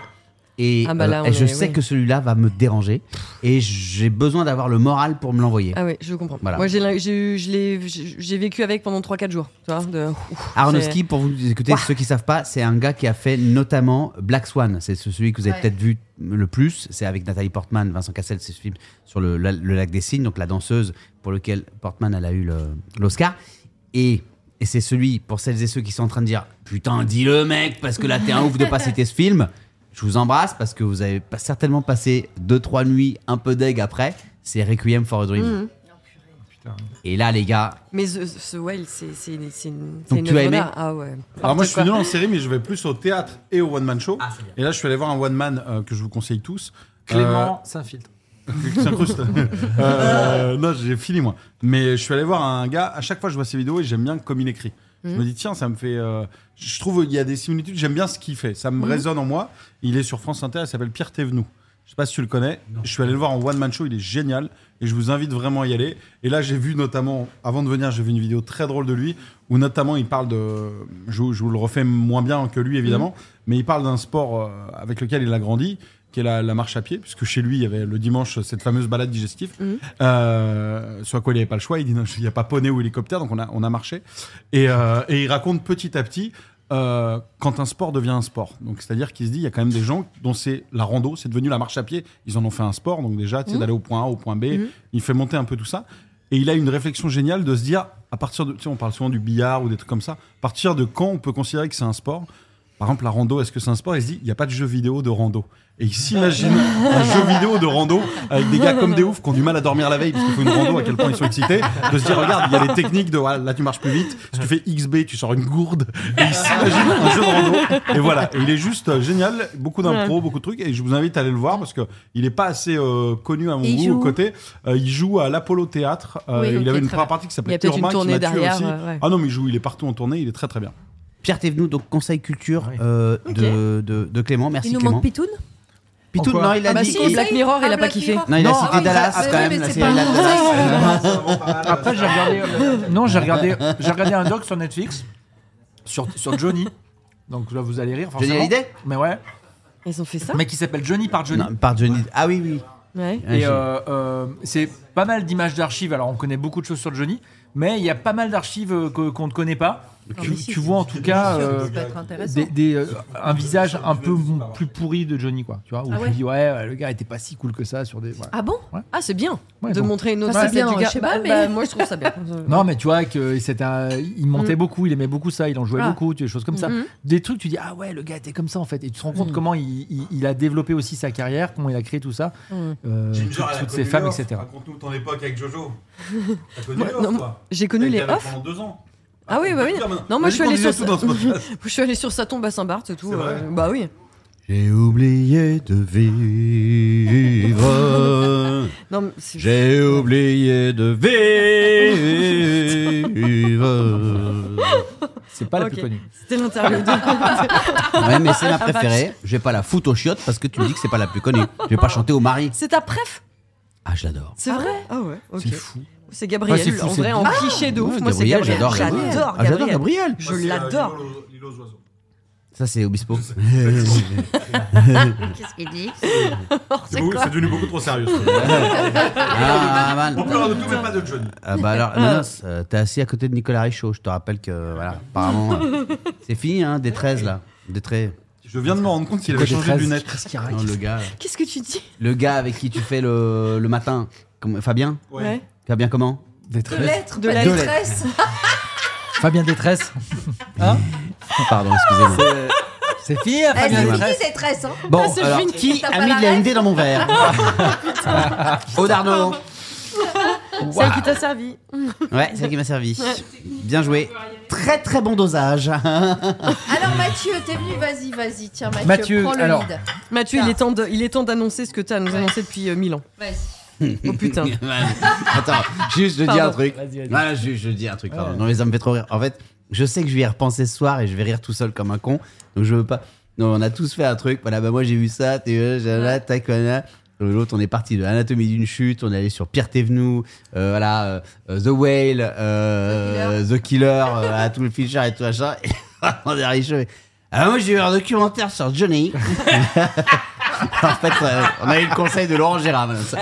[SPEAKER 1] Et,
[SPEAKER 5] Ah bah là,
[SPEAKER 1] euh,
[SPEAKER 5] on
[SPEAKER 1] et je
[SPEAKER 5] est-
[SPEAKER 1] sais
[SPEAKER 5] oui.
[SPEAKER 1] que celui-là va me déranger. Et j'ai besoin d'avoir le moral pour me l'envoyer.
[SPEAKER 5] Ah oui, je comprends.
[SPEAKER 1] Voilà.
[SPEAKER 5] Moi, j'ai l'in- j'ai eu- je l'ai- j'ai j'ai vécu avec pendant 3-4 jours. Tu vois, de... ouf,
[SPEAKER 1] Aronofsky, pour vous écouter,
[SPEAKER 5] Ouah.
[SPEAKER 1] ceux qui savent pas, c'est un gars qui a fait notamment Black Swan. C'est ce- celui que vous avez
[SPEAKER 7] Ouais.
[SPEAKER 1] peut-être vu le plus. C'est avec Nathalie Portman, Vincent Cassel, c'est ce film sur le, la- le lac des signes, donc la danseuse pour lequel Portman elle a eu le- l'Oscar. Et et c'est celui, pour celles et ceux qui sont en train de dire Putain, dis-le, mec, parce que là, t'es un ouf de pas citer ce film. Je vous embrasse parce que vous avez pas- certainement passé 2-3 nuits un peu deg après. C'est Requiem for a Dream.
[SPEAKER 5] Mhm.
[SPEAKER 1] Et là, les gars,
[SPEAKER 5] Mais The, The Whale, c'est c'est une. c'est une-
[SPEAKER 1] Donc
[SPEAKER 5] c'est une
[SPEAKER 1] tu as
[SPEAKER 5] œuvre
[SPEAKER 1] aimé
[SPEAKER 5] d'art. Ah ouais.
[SPEAKER 6] Alors moi je suis
[SPEAKER 5] N'importe
[SPEAKER 6] nul en série mais je vais plus au théâtre et au one man show.
[SPEAKER 8] Ah, c'est bien.
[SPEAKER 6] et là je suis allé voir un one man euh, que je vous conseille tous.
[SPEAKER 2] Clément s'infiltre.
[SPEAKER 6] Euh, *laughs* qui s'incruste. Euh, non j'ai fini moi. Mais je suis allé voir un gars. À chaque fois je vois ses vidéos et j'aime bien comme il écrit. Je me dis tiens ça me fait. euh, je trouve il y a des similitudes. J'aime bien ce qu'il fait. Ça me résonne en moi. Il est sur France Inter. Il s'appelle Pierre Thévenoud. Je sais pas si tu le connais. Je suis allé le voir en one man show. Il est génial et je vous invite vraiment à y aller. Et là j'ai vu notamment avant de venir j'ai vu une vidéo très drôle de lui où notamment il parle de. Je, vous- je vous le refais moins bien que lui évidemment, mais il parle d'un sport euh, avec lequel il a grandi, qui est la, la marche à pied, puisque chez lui il y avait le dimanche cette fameuse balade digestive, euh, soit quoi il n'y avait pas le choix. Il dit non, il n'y a pas poney ou hélicoptère, donc on a, on a marché. Et, euh, et il raconte petit à petit. euh, quand un sport devient un sport, donc c'est-à-dire qu'il se dit il y a quand même des gens dont c'est la rando, c'est devenu la marche à pied, ils en ont fait un sport, donc déjà tu sais d'aller au point A, au point B, il fait monter un peu tout ça, et il a une réflexion géniale de se dire, à partir de, tu sais, on parle souvent du billard ou des trucs comme ça, à partir de quand on peut considérer que c'est un sport Par exemple, la rando, est-ce que c'est un sport Il se dit, il n'y a pas de jeu vidéo de rando. Et il s'imagine *laughs* un jeu vidéo de rando avec des gars comme des oufs qui ont du mal à dormir la veille parce qu'il faut une rando, à quel point ils sont excités, de se dire, regarde, il y a des techniques de, voilà, là tu marches plus vite, si tu fais XB, tu sors une gourde. Et il s'imagine un jeu de rando. Et voilà, Et il est juste euh, génial, beaucoup d'impro, beaucoup de trucs, et je vous invite à aller le voir parce qu'il n'est pas assez euh, connu à mon
[SPEAKER 7] Et il
[SPEAKER 6] goût,
[SPEAKER 7] joue où
[SPEAKER 6] côté. Euh, il joue à l'Apollo Théâtre. Euh,
[SPEAKER 7] Oui,
[SPEAKER 6] il
[SPEAKER 7] ok,
[SPEAKER 6] avait une
[SPEAKER 7] très bien.
[SPEAKER 6] première partie qui
[SPEAKER 5] Il y
[SPEAKER 6] s'appelait
[SPEAKER 5] a peut-être
[SPEAKER 6] Pure
[SPEAKER 5] une
[SPEAKER 6] Max,
[SPEAKER 5] tournée
[SPEAKER 6] qui m'a tué
[SPEAKER 5] derrière, euh,
[SPEAKER 6] aussi.
[SPEAKER 5] ouais, ouais.
[SPEAKER 6] Ah non, mais il joue, il est partout en tournée, il est très très bien.
[SPEAKER 1] Pierre Thévenoud, donc conseil culture
[SPEAKER 2] Oui.
[SPEAKER 1] euh, de, de, de Clément. Merci
[SPEAKER 7] Il nous
[SPEAKER 1] Clément.
[SPEAKER 7] manque Pitoun
[SPEAKER 1] Pitoun,
[SPEAKER 2] Pourquoi
[SPEAKER 1] non, il a
[SPEAKER 5] Ah bah
[SPEAKER 1] dit.
[SPEAKER 5] si,
[SPEAKER 1] il-
[SPEAKER 5] Black Mirror, il a
[SPEAKER 7] Ah,
[SPEAKER 5] pas
[SPEAKER 7] Black
[SPEAKER 5] kiffé.
[SPEAKER 7] Mirror.
[SPEAKER 1] Non, il a
[SPEAKER 2] Non,
[SPEAKER 1] cité
[SPEAKER 5] ah,
[SPEAKER 2] après,
[SPEAKER 1] Dallas
[SPEAKER 7] après,
[SPEAKER 1] quand même.
[SPEAKER 7] mais
[SPEAKER 1] la
[SPEAKER 7] c'est
[SPEAKER 1] série
[SPEAKER 7] pas-
[SPEAKER 1] Dallas. Euh,
[SPEAKER 2] Après, j'ai regardé, euh, non, j'ai regardé, j'ai regardé un doc sur Netflix sur, sur Johnny. Donc là, vous allez rire.
[SPEAKER 1] Johnny
[SPEAKER 2] Forcément.
[SPEAKER 1] Hallyday
[SPEAKER 2] Mais ouais.
[SPEAKER 5] Ils ont fait ça
[SPEAKER 2] Un mec qui s'appelle Johnny par Johnny.
[SPEAKER 1] Non, par Johnny. Ah oui, oui.
[SPEAKER 5] Ouais.
[SPEAKER 2] Et
[SPEAKER 1] Ah,
[SPEAKER 2] euh, euh, c'est pas mal d'images d'archives. Alors, on connaît beaucoup de choses sur Johnny, mais il y a pas mal d'archives euh, que- qu'on ne connaît pas. Tu,
[SPEAKER 7] mais si,
[SPEAKER 2] tu vois en tout cas
[SPEAKER 7] Sûr que
[SPEAKER 2] euh,
[SPEAKER 7] ça peut être intéressant.
[SPEAKER 2] des, des, euh, un visage un peu plus pourri de Johnny, quoi. Tu vois, où
[SPEAKER 7] Ah
[SPEAKER 2] tu
[SPEAKER 7] ouais.
[SPEAKER 2] dis, ouais, le gars était pas si cool que ça sur des. voilà.
[SPEAKER 7] Ah bon
[SPEAKER 5] Ah, c'est bien
[SPEAKER 2] Ouais,
[SPEAKER 5] de
[SPEAKER 2] bon.
[SPEAKER 5] montrer une autre
[SPEAKER 7] Bah, c'est
[SPEAKER 5] facette
[SPEAKER 7] bien,
[SPEAKER 5] du gars.
[SPEAKER 7] je sais
[SPEAKER 5] Bah,
[SPEAKER 7] pas, mais-
[SPEAKER 5] bah, moi, je trouve ça bien.
[SPEAKER 2] Non, mais tu vois que c'était un- il montait beaucoup, il aimait beaucoup ça, il en jouait
[SPEAKER 7] Mm. Ah.
[SPEAKER 2] beaucoup, tu- des choses comme ça. Des trucs, tu dis ah ouais, le gars était comme ça en fait, et tu te rends
[SPEAKER 7] Mm.
[SPEAKER 2] compte comment il, il- il a développé aussi sa carrière, comment il a créé tout ça,
[SPEAKER 7] Mm.
[SPEAKER 2] euh, tout- toutes ses femmes, etc.
[SPEAKER 6] Raconte-nous ton époque avec Jojo. T'as connu
[SPEAKER 5] Moi, non, moi, j'ai connu les off.
[SPEAKER 6] pendant deux ans.
[SPEAKER 5] Ah oui, bah oui. Non, moi, je suis allée sur sa- *laughs* je suis allée sur sa tombe à Saint-Barth et tout.
[SPEAKER 6] C'est vrai
[SPEAKER 5] euh, Bah oui.
[SPEAKER 1] J'ai oublié de
[SPEAKER 5] *laughs*
[SPEAKER 1] vivre.
[SPEAKER 5] Non, mais c'est-
[SPEAKER 1] J'ai oublié de vivre.
[SPEAKER 2] C'est pas la plus
[SPEAKER 5] Ok.
[SPEAKER 2] connue.
[SPEAKER 5] c'était l'interview de.
[SPEAKER 1] Ouais, mais
[SPEAKER 5] Ah,
[SPEAKER 1] c'est ma préférée. Je vais pas la foutre aux chiottes parce que tu me dis que c'est pas la plus connue. Je vais pas chanter au mari.
[SPEAKER 5] c'est ta préf
[SPEAKER 1] Ah, je l'adore.
[SPEAKER 5] C'est vrai Ah ouais, ok.
[SPEAKER 2] C'est fou.
[SPEAKER 5] C'est
[SPEAKER 2] Ah, c'est
[SPEAKER 5] Gabriel,
[SPEAKER 2] fou,
[SPEAKER 5] en
[SPEAKER 2] c'est
[SPEAKER 5] vrai, en
[SPEAKER 2] bien.
[SPEAKER 5] cliché de ouf.
[SPEAKER 1] Ouais,
[SPEAKER 5] Moi, c'est
[SPEAKER 1] Gabriel, j'adore
[SPEAKER 5] Gabriel.
[SPEAKER 1] Gabriel.
[SPEAKER 5] J'adore
[SPEAKER 1] Ah, j'adore
[SPEAKER 5] Gabriel.
[SPEAKER 1] Gabriel.
[SPEAKER 5] Je l'adore.
[SPEAKER 6] L'île aux oiseaux.
[SPEAKER 1] Ça, c'est
[SPEAKER 2] *laughs*
[SPEAKER 1] Obispo.
[SPEAKER 7] Qu'est-ce qu'il dit
[SPEAKER 6] C'est beau, c'est devenu beaucoup trop sérieux.
[SPEAKER 1] Ah, man.
[SPEAKER 6] *laughs* On peut avoir de tout, mais pas de Johnny.
[SPEAKER 1] Ah bah alors, non, non, c'est- euh, t'es assis à côté de Nicolas Richaud. Je te rappelle que, voilà, apparemment, euh, c'est fini, hein, des 13 là. Des 13.
[SPEAKER 6] Je viens de me rendre compte qu'il avait
[SPEAKER 1] Des
[SPEAKER 6] changé de
[SPEAKER 1] 13.
[SPEAKER 6] lunettes.
[SPEAKER 2] Ah Qu'est-ce qu'il y a
[SPEAKER 1] Non, le gars,
[SPEAKER 5] Qu'est-ce que tu dis
[SPEAKER 1] le gars avec qui tu fais le, le matin, comme, Fabien
[SPEAKER 5] Ouais.
[SPEAKER 1] Fabien comment
[SPEAKER 2] Des tresses.
[SPEAKER 5] De la
[SPEAKER 1] Deux
[SPEAKER 5] détresse.
[SPEAKER 2] Fabien Détresse.
[SPEAKER 1] Pardon, excusez-moi.
[SPEAKER 2] C'est fini, hein, Fabien
[SPEAKER 1] c'est
[SPEAKER 2] Détresse.
[SPEAKER 7] détresse, hein
[SPEAKER 1] Bon,
[SPEAKER 5] Ah, c'est
[SPEAKER 1] alors,
[SPEAKER 5] fini.
[SPEAKER 1] qui
[SPEAKER 7] T'as
[SPEAKER 1] a
[SPEAKER 7] pas
[SPEAKER 1] mis
[SPEAKER 7] la
[SPEAKER 1] de la
[SPEAKER 7] ref
[SPEAKER 1] MD dans mon verre Aude Arnaud.
[SPEAKER 5] Celle qui t'a servi.
[SPEAKER 1] Ouais, c'est elle qui m'a servi. Bien joué. Très très bon dosage.
[SPEAKER 7] Alors Mathieu, t'es venu, vas-y, vas-y, tiens Mathieu,
[SPEAKER 2] Mathieu,
[SPEAKER 7] prends le
[SPEAKER 2] alors.
[SPEAKER 7] lead.
[SPEAKER 5] Mathieu, il est temps de- il est temps d'annoncer ce que t'as à nous annoncé depuis euh, mille ans.
[SPEAKER 7] Vas-y.
[SPEAKER 5] Oh putain.
[SPEAKER 1] *laughs* Attends, juste je dis un
[SPEAKER 5] Pardon.
[SPEAKER 1] truc. Voilà, je, je dis un truc. pardon. Non, mais ça me fait trop rire. En fait, je sais que je vais y repenser ce soir et je vais rire tout seul comme un con. Donc je veux pas. Non, on a tous fait un truc. Voilà, bah moi j'ai vu ça. t'es, euh, j'ai là, tac, voilà. Euh, L'autre, on est parti de l'anatomie d'une chute. On est allé sur Pierre Thévenoud, euh, voilà, euh, euh, The Whale, euh, The Killer, euh, voilà, tout le Fisher et tout machin. Et *laughs* on est arrivé. Alors moi j'ai eu un documentaire sur Johnny. *laughs* en fait, euh, on a eu le conseil de Laurent Gérard. madame. Ça-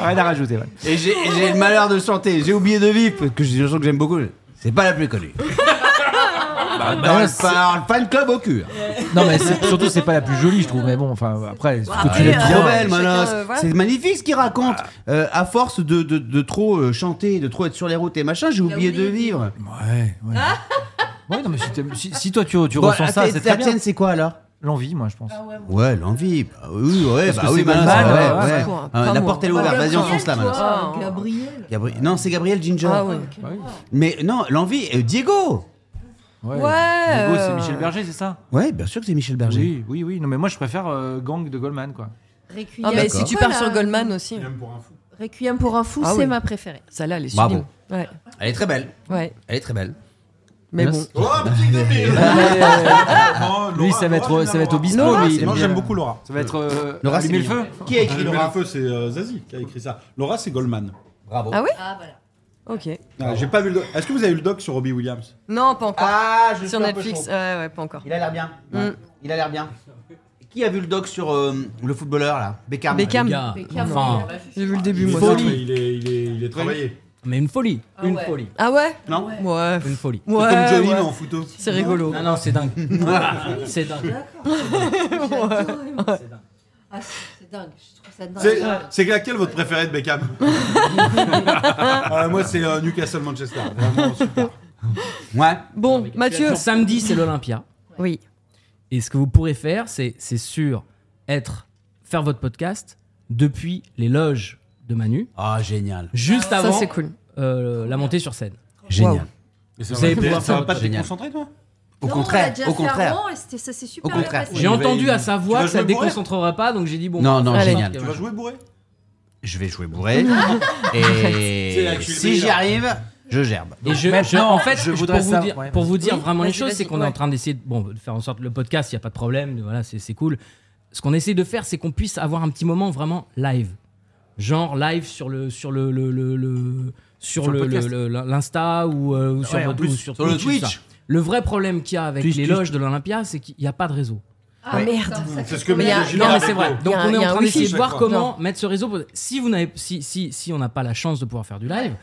[SPEAKER 2] Rien à rajouter. ouais.
[SPEAKER 1] Et j'ai et j'ai le malheur de chanter. J'ai oublié de vivre, parce que j'ai une chanson que j'aime beaucoup. C'est pas la plus connue. bah Dans le fan- fan club au cul.
[SPEAKER 2] Non, mais c'est- surtout, c'est pas la plus jolie, je trouve. Mais bon, enfin,
[SPEAKER 7] Bah
[SPEAKER 2] après, ce que tu
[SPEAKER 5] après,
[SPEAKER 1] Elle
[SPEAKER 2] l'aimes
[SPEAKER 1] est
[SPEAKER 5] euh,
[SPEAKER 2] bien.
[SPEAKER 1] trop
[SPEAKER 7] hein.
[SPEAKER 1] belle,
[SPEAKER 5] chacun,
[SPEAKER 1] Manos.
[SPEAKER 5] euh, voilà.
[SPEAKER 1] C'est magnifique ce qu'il raconte. Euh, à force de, de- de trop euh, chanter, de trop être sur les routes et machin, j'ai oublié de
[SPEAKER 5] oublié.
[SPEAKER 1] vivre.
[SPEAKER 2] Ouais,
[SPEAKER 1] *laughs*
[SPEAKER 2] ouais. Ouais, non, mais si, t'aimes- si- si toi tu, tu
[SPEAKER 1] Bon,
[SPEAKER 2] ressens ça,
[SPEAKER 1] la-
[SPEAKER 2] c'est
[SPEAKER 1] la
[SPEAKER 2] très bien.
[SPEAKER 1] tienne, c'est quoi alors
[SPEAKER 2] L'envie, moi, je pense.
[SPEAKER 1] Ouais, l'envie. Bah oui, ouais,
[SPEAKER 2] Parce
[SPEAKER 1] bah
[SPEAKER 2] que
[SPEAKER 1] oui,
[SPEAKER 2] c'est
[SPEAKER 1] Manos.
[SPEAKER 2] Goldman,
[SPEAKER 1] ouais,
[SPEAKER 2] euh,
[SPEAKER 1] ouais.
[SPEAKER 5] quoi,
[SPEAKER 1] Euh,
[SPEAKER 5] pas
[SPEAKER 1] la
[SPEAKER 5] moi.
[SPEAKER 1] porte elle est ouverte. Vas-y, on fonce là, Manos.
[SPEAKER 5] toi.
[SPEAKER 7] Ah, Gabriel.
[SPEAKER 1] Gabri- Non, c'est Gabriel Ginger.
[SPEAKER 5] Ah ouais.
[SPEAKER 2] Bah oui.
[SPEAKER 1] Mais non, l'envie. euh, Diego.
[SPEAKER 2] Ouais.
[SPEAKER 5] Ouais.
[SPEAKER 2] Diego, c'est
[SPEAKER 5] euh,
[SPEAKER 2] Michel Berger, c'est ça
[SPEAKER 1] Ouais, bien sûr que c'est Michel Berger.
[SPEAKER 2] Oui, oui, oui. Non, mais moi, je préfère euh, Gang de Goldman, quoi.
[SPEAKER 7] Requiem.
[SPEAKER 5] Ah, mais
[SPEAKER 1] D'accord.
[SPEAKER 5] si tu pars
[SPEAKER 7] Voilà.
[SPEAKER 5] sur Goldman aussi,
[SPEAKER 6] pour un fou.
[SPEAKER 7] Requiem pour un fou,
[SPEAKER 5] Ah
[SPEAKER 7] c'est
[SPEAKER 5] oui.
[SPEAKER 7] ma préférée.
[SPEAKER 5] celle-là, elle est
[SPEAKER 1] Bravo.
[SPEAKER 5] sublime. Ouais,
[SPEAKER 1] Elle est très belle.
[SPEAKER 5] ouais.
[SPEAKER 1] Elle est très belle.
[SPEAKER 5] Mais bon.
[SPEAKER 1] Merci.
[SPEAKER 6] Oh, petit débile
[SPEAKER 2] Lui, ça va être- ça va être au bistrot, lui, il aime
[SPEAKER 6] Moi,
[SPEAKER 2] bien.
[SPEAKER 6] j'aime beaucoup Laura.
[SPEAKER 2] Ça va être. Euh,
[SPEAKER 1] Laura,
[SPEAKER 2] allumer le
[SPEAKER 1] c'est
[SPEAKER 2] feu
[SPEAKER 1] Qui a
[SPEAKER 6] Ah,
[SPEAKER 1] écrit
[SPEAKER 6] Allumer
[SPEAKER 1] Laura
[SPEAKER 6] le feu, c'est euh, Zazie qui a écrit ça. Laura, c'est Goldman.
[SPEAKER 1] Bravo.
[SPEAKER 5] Ah oui
[SPEAKER 7] Ah, voilà.
[SPEAKER 5] Ok.
[SPEAKER 6] Ah, J'ai pas vu le doc. Est-ce que vous avez vu le doc sur Robbie Williams
[SPEAKER 5] Non, pas encore.
[SPEAKER 1] Ah, je
[SPEAKER 5] sur
[SPEAKER 1] suis un peu
[SPEAKER 5] Netflix,
[SPEAKER 1] chaud.
[SPEAKER 5] ouais, ouais, pas encore.
[SPEAKER 1] Il a l'air bien.
[SPEAKER 5] Mm.
[SPEAKER 1] Il a l'air bien. Qui a vu le doc sur euh, le footballeur là Beckham.
[SPEAKER 5] Beckham,
[SPEAKER 8] Gars,
[SPEAKER 7] Beckham,
[SPEAKER 8] enfin,
[SPEAKER 7] ouais.
[SPEAKER 5] j'ai vu le début,
[SPEAKER 6] Il est
[SPEAKER 5] moi.
[SPEAKER 6] fort,
[SPEAKER 5] ça.
[SPEAKER 6] mais Il est, il est, il est travaillé.
[SPEAKER 8] mais une folie,
[SPEAKER 7] Ah
[SPEAKER 8] une
[SPEAKER 7] ouais.
[SPEAKER 8] folie,
[SPEAKER 5] Ah ouais
[SPEAKER 1] Non
[SPEAKER 5] Ouais.
[SPEAKER 8] une folie.
[SPEAKER 5] Ouais,
[SPEAKER 6] Comme Johnny, mais
[SPEAKER 5] ouais.
[SPEAKER 6] en photo.
[SPEAKER 5] C'est rigolo.
[SPEAKER 8] Non, non, *laughs* c'est dingue. c'est dingue.
[SPEAKER 7] J'adore.
[SPEAKER 8] C'est dingue.
[SPEAKER 7] Ah, c'est dingue, je trouve ça
[SPEAKER 6] C'est
[SPEAKER 7] dingue.
[SPEAKER 6] c'est laquelle votre préférée de Beckham Ah, Moi, c'est euh, Newcastle Manchester. Vraiment super.
[SPEAKER 1] Ouais.
[SPEAKER 5] Bon, Mathieu.
[SPEAKER 8] Pour samedi, c'est l'Olympia.
[SPEAKER 5] Oui.
[SPEAKER 8] Et ce que vous pourrez faire, c'est c'est sûr être faire votre podcast depuis les loges de Manu,
[SPEAKER 1] Ah génial.
[SPEAKER 8] juste
[SPEAKER 5] Ça,
[SPEAKER 8] avant
[SPEAKER 5] c'est cool.
[SPEAKER 8] euh, la montée sur scène.
[SPEAKER 1] Génial.
[SPEAKER 5] Waouh.
[SPEAKER 6] Mais ça
[SPEAKER 8] Vous
[SPEAKER 6] va
[SPEAKER 8] allez
[SPEAKER 6] te-
[SPEAKER 8] pouvoir
[SPEAKER 6] ça
[SPEAKER 8] faire
[SPEAKER 6] va pas te
[SPEAKER 1] génial.
[SPEAKER 6] déconcentrer, toi
[SPEAKER 1] Au
[SPEAKER 7] Non, on l'a
[SPEAKER 1] contraire.
[SPEAKER 7] déjà
[SPEAKER 1] Au
[SPEAKER 7] fait
[SPEAKER 1] contraire.
[SPEAKER 7] avant et c'était- ça s'est
[SPEAKER 1] Au
[SPEAKER 7] super bien
[SPEAKER 1] contraire.
[SPEAKER 7] passé.
[SPEAKER 6] Oui,
[SPEAKER 8] J'ai
[SPEAKER 6] mais
[SPEAKER 8] entendu
[SPEAKER 6] il-
[SPEAKER 8] à sa voix
[SPEAKER 6] tu vas
[SPEAKER 8] que ça
[SPEAKER 6] jouer bourré
[SPEAKER 8] déconcentrera pas, donc j'ai dit bon.
[SPEAKER 1] Non, non,
[SPEAKER 5] Allez.
[SPEAKER 1] génial.
[SPEAKER 6] Tu vas jouer bourré
[SPEAKER 1] Je vais jouer bourré. et
[SPEAKER 6] là que je suis le
[SPEAKER 1] si j'y
[SPEAKER 6] meilleur.
[SPEAKER 1] arrive, je gerbe.
[SPEAKER 8] Et je,
[SPEAKER 2] maintenant,
[SPEAKER 8] je- en fait,
[SPEAKER 2] je
[SPEAKER 8] je
[SPEAKER 2] voudrais
[SPEAKER 8] pour vous
[SPEAKER 2] ça-
[SPEAKER 8] dire,
[SPEAKER 2] ouais,
[SPEAKER 8] pour vous dire
[SPEAKER 5] Oui,
[SPEAKER 8] vraiment les
[SPEAKER 5] vas-y,
[SPEAKER 8] choses, c'est
[SPEAKER 5] vas-y,
[SPEAKER 8] qu'on est
[SPEAKER 5] ouais.
[SPEAKER 8] en train d'essayer de, bon, de faire en sorte le podcast, il n'y a pas de problème, voilà, c'est c'est cool. Ce qu'on essaie de faire, c'est qu'on puisse avoir un petit moment vraiment live. Genre live sur le sur le, le- le- le- sur
[SPEAKER 2] Sur le
[SPEAKER 8] le-
[SPEAKER 2] podcast.
[SPEAKER 8] le- le- l'Insta ou, euh, ou sur
[SPEAKER 2] Ouais, en
[SPEAKER 8] votre-
[SPEAKER 2] plus,
[SPEAKER 8] ou sur,
[SPEAKER 1] sur le
[SPEAKER 8] Twitch, tout ça.
[SPEAKER 1] Twitch.
[SPEAKER 8] Le vrai problème qu'il y a avec
[SPEAKER 2] Twitch,
[SPEAKER 8] les
[SPEAKER 2] Twitch.
[SPEAKER 8] loges de l'Olympia, c'est qu'il n'y a pas de réseau.
[SPEAKER 7] Ah
[SPEAKER 1] Ouais.
[SPEAKER 7] merde.
[SPEAKER 6] C'est ce que
[SPEAKER 7] Mais il y a-
[SPEAKER 6] Mélodie
[SPEAKER 7] il y a-
[SPEAKER 8] Non,
[SPEAKER 6] Laura
[SPEAKER 8] mais c'est vrai.
[SPEAKER 6] propose.
[SPEAKER 8] Donc
[SPEAKER 5] Il y a un-
[SPEAKER 8] on
[SPEAKER 5] il y
[SPEAKER 8] est
[SPEAKER 5] a
[SPEAKER 8] en
[SPEAKER 5] un
[SPEAKER 8] train
[SPEAKER 5] wifi
[SPEAKER 8] d'essayer de
[SPEAKER 6] chaque
[SPEAKER 8] voir
[SPEAKER 6] fois.
[SPEAKER 8] comment mettre ce réseau. pour- Si vous n'avez, si, si, si on n'a pas la chance de pouvoir faire du live,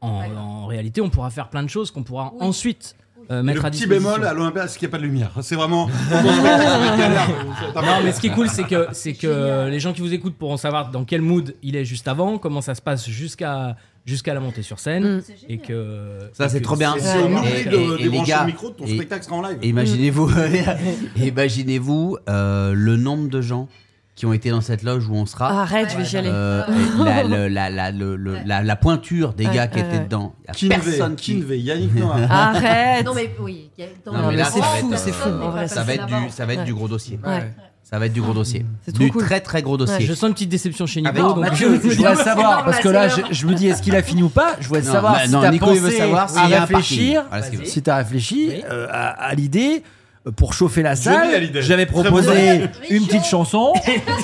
[SPEAKER 8] en, en réalité, on pourra faire plein de choses qu'on pourra ensuite euh,
[SPEAKER 6] Et
[SPEAKER 8] mettre à
[SPEAKER 6] Le petit
[SPEAKER 8] disposition.
[SPEAKER 6] bémol à l'Olympia, c'est qu'il n'y a pas de lumière.
[SPEAKER 1] *laughs*
[SPEAKER 6] C'est vraiment. Non,
[SPEAKER 8] non, mais ce qui est cool, c'est
[SPEAKER 5] *laughs*
[SPEAKER 8] que, c'est que les gens qui vous écoutent pourront savoir dans quel mood il est juste avant, comment ça se passe jusqu'à jusqu'à la montée sur scène,
[SPEAKER 5] Mm.
[SPEAKER 8] et que
[SPEAKER 1] Ça,
[SPEAKER 8] et
[SPEAKER 1] c'est
[SPEAKER 8] que
[SPEAKER 1] trop bien.
[SPEAKER 6] Si
[SPEAKER 1] Ouais. Et-
[SPEAKER 6] on oublie
[SPEAKER 1] et- et
[SPEAKER 6] de
[SPEAKER 1] les
[SPEAKER 6] débrancher
[SPEAKER 1] gars,
[SPEAKER 6] le micro, ton
[SPEAKER 1] et-
[SPEAKER 6] spectacle sera en live.
[SPEAKER 1] Imaginez-vous, *laughs* imaginez-vous euh, le nombre de gens qui ont été dans cette loge où on
[SPEAKER 5] Ah,
[SPEAKER 1] sera.
[SPEAKER 5] arrête, je vais y aller.
[SPEAKER 1] Euh, la, le- la, la, le- le- la- la pointure des
[SPEAKER 5] Ouais,
[SPEAKER 1] gars qui
[SPEAKER 5] ouais,
[SPEAKER 1] étaient
[SPEAKER 5] ouais.
[SPEAKER 1] dedans. Y a
[SPEAKER 6] Kinvey,
[SPEAKER 1] personne qui. Ah. *laughs*
[SPEAKER 6] Kinvey, Yannick Noah.
[SPEAKER 5] *laughs* Arrête.
[SPEAKER 7] Non, mais oui. il y a- dans
[SPEAKER 1] Non,
[SPEAKER 7] le-
[SPEAKER 1] mais là,
[SPEAKER 5] c'est
[SPEAKER 1] ça va
[SPEAKER 5] fou,
[SPEAKER 1] être,
[SPEAKER 5] c'est fou.
[SPEAKER 1] euh,
[SPEAKER 5] En vrai,
[SPEAKER 1] Ça va être du, ça va être
[SPEAKER 5] Ouais.
[SPEAKER 1] du gros dossier.
[SPEAKER 5] Ouais.
[SPEAKER 1] Ça va être du gros dossier.
[SPEAKER 5] C'est trop
[SPEAKER 1] Du
[SPEAKER 5] cool.
[SPEAKER 1] très très gros dossier.
[SPEAKER 8] Je sens une petite déception chez
[SPEAKER 1] Avec
[SPEAKER 8] Nico. donc
[SPEAKER 1] Mathieu,
[SPEAKER 8] je-
[SPEAKER 2] Je voudrais savoir,
[SPEAKER 7] énorme,
[SPEAKER 2] parce
[SPEAKER 7] là,
[SPEAKER 2] que
[SPEAKER 7] c'est
[SPEAKER 2] là, je,
[SPEAKER 7] énorme.
[SPEAKER 2] je me dis, est-ce qu'il a fini ou pas Je voudrais
[SPEAKER 1] Non,
[SPEAKER 2] savoir
[SPEAKER 1] bah,
[SPEAKER 2] si
[SPEAKER 1] non,
[SPEAKER 2] t'as
[SPEAKER 1] Nico,
[SPEAKER 2] pensé
[SPEAKER 1] il veut savoir s'il y a
[SPEAKER 2] à
[SPEAKER 1] un
[SPEAKER 2] réfléchir,
[SPEAKER 1] parking. Voilà ce qu'il veut.
[SPEAKER 2] si t'as réfléchi
[SPEAKER 8] Oui.
[SPEAKER 2] euh, à, à l'idée. euh, Pour chauffer la
[SPEAKER 6] Johnny
[SPEAKER 2] salle,
[SPEAKER 6] Hallyday.
[SPEAKER 2] j'avais
[SPEAKER 6] Très
[SPEAKER 2] proposé
[SPEAKER 7] bonne idée.
[SPEAKER 2] une petite *laughs* chanson.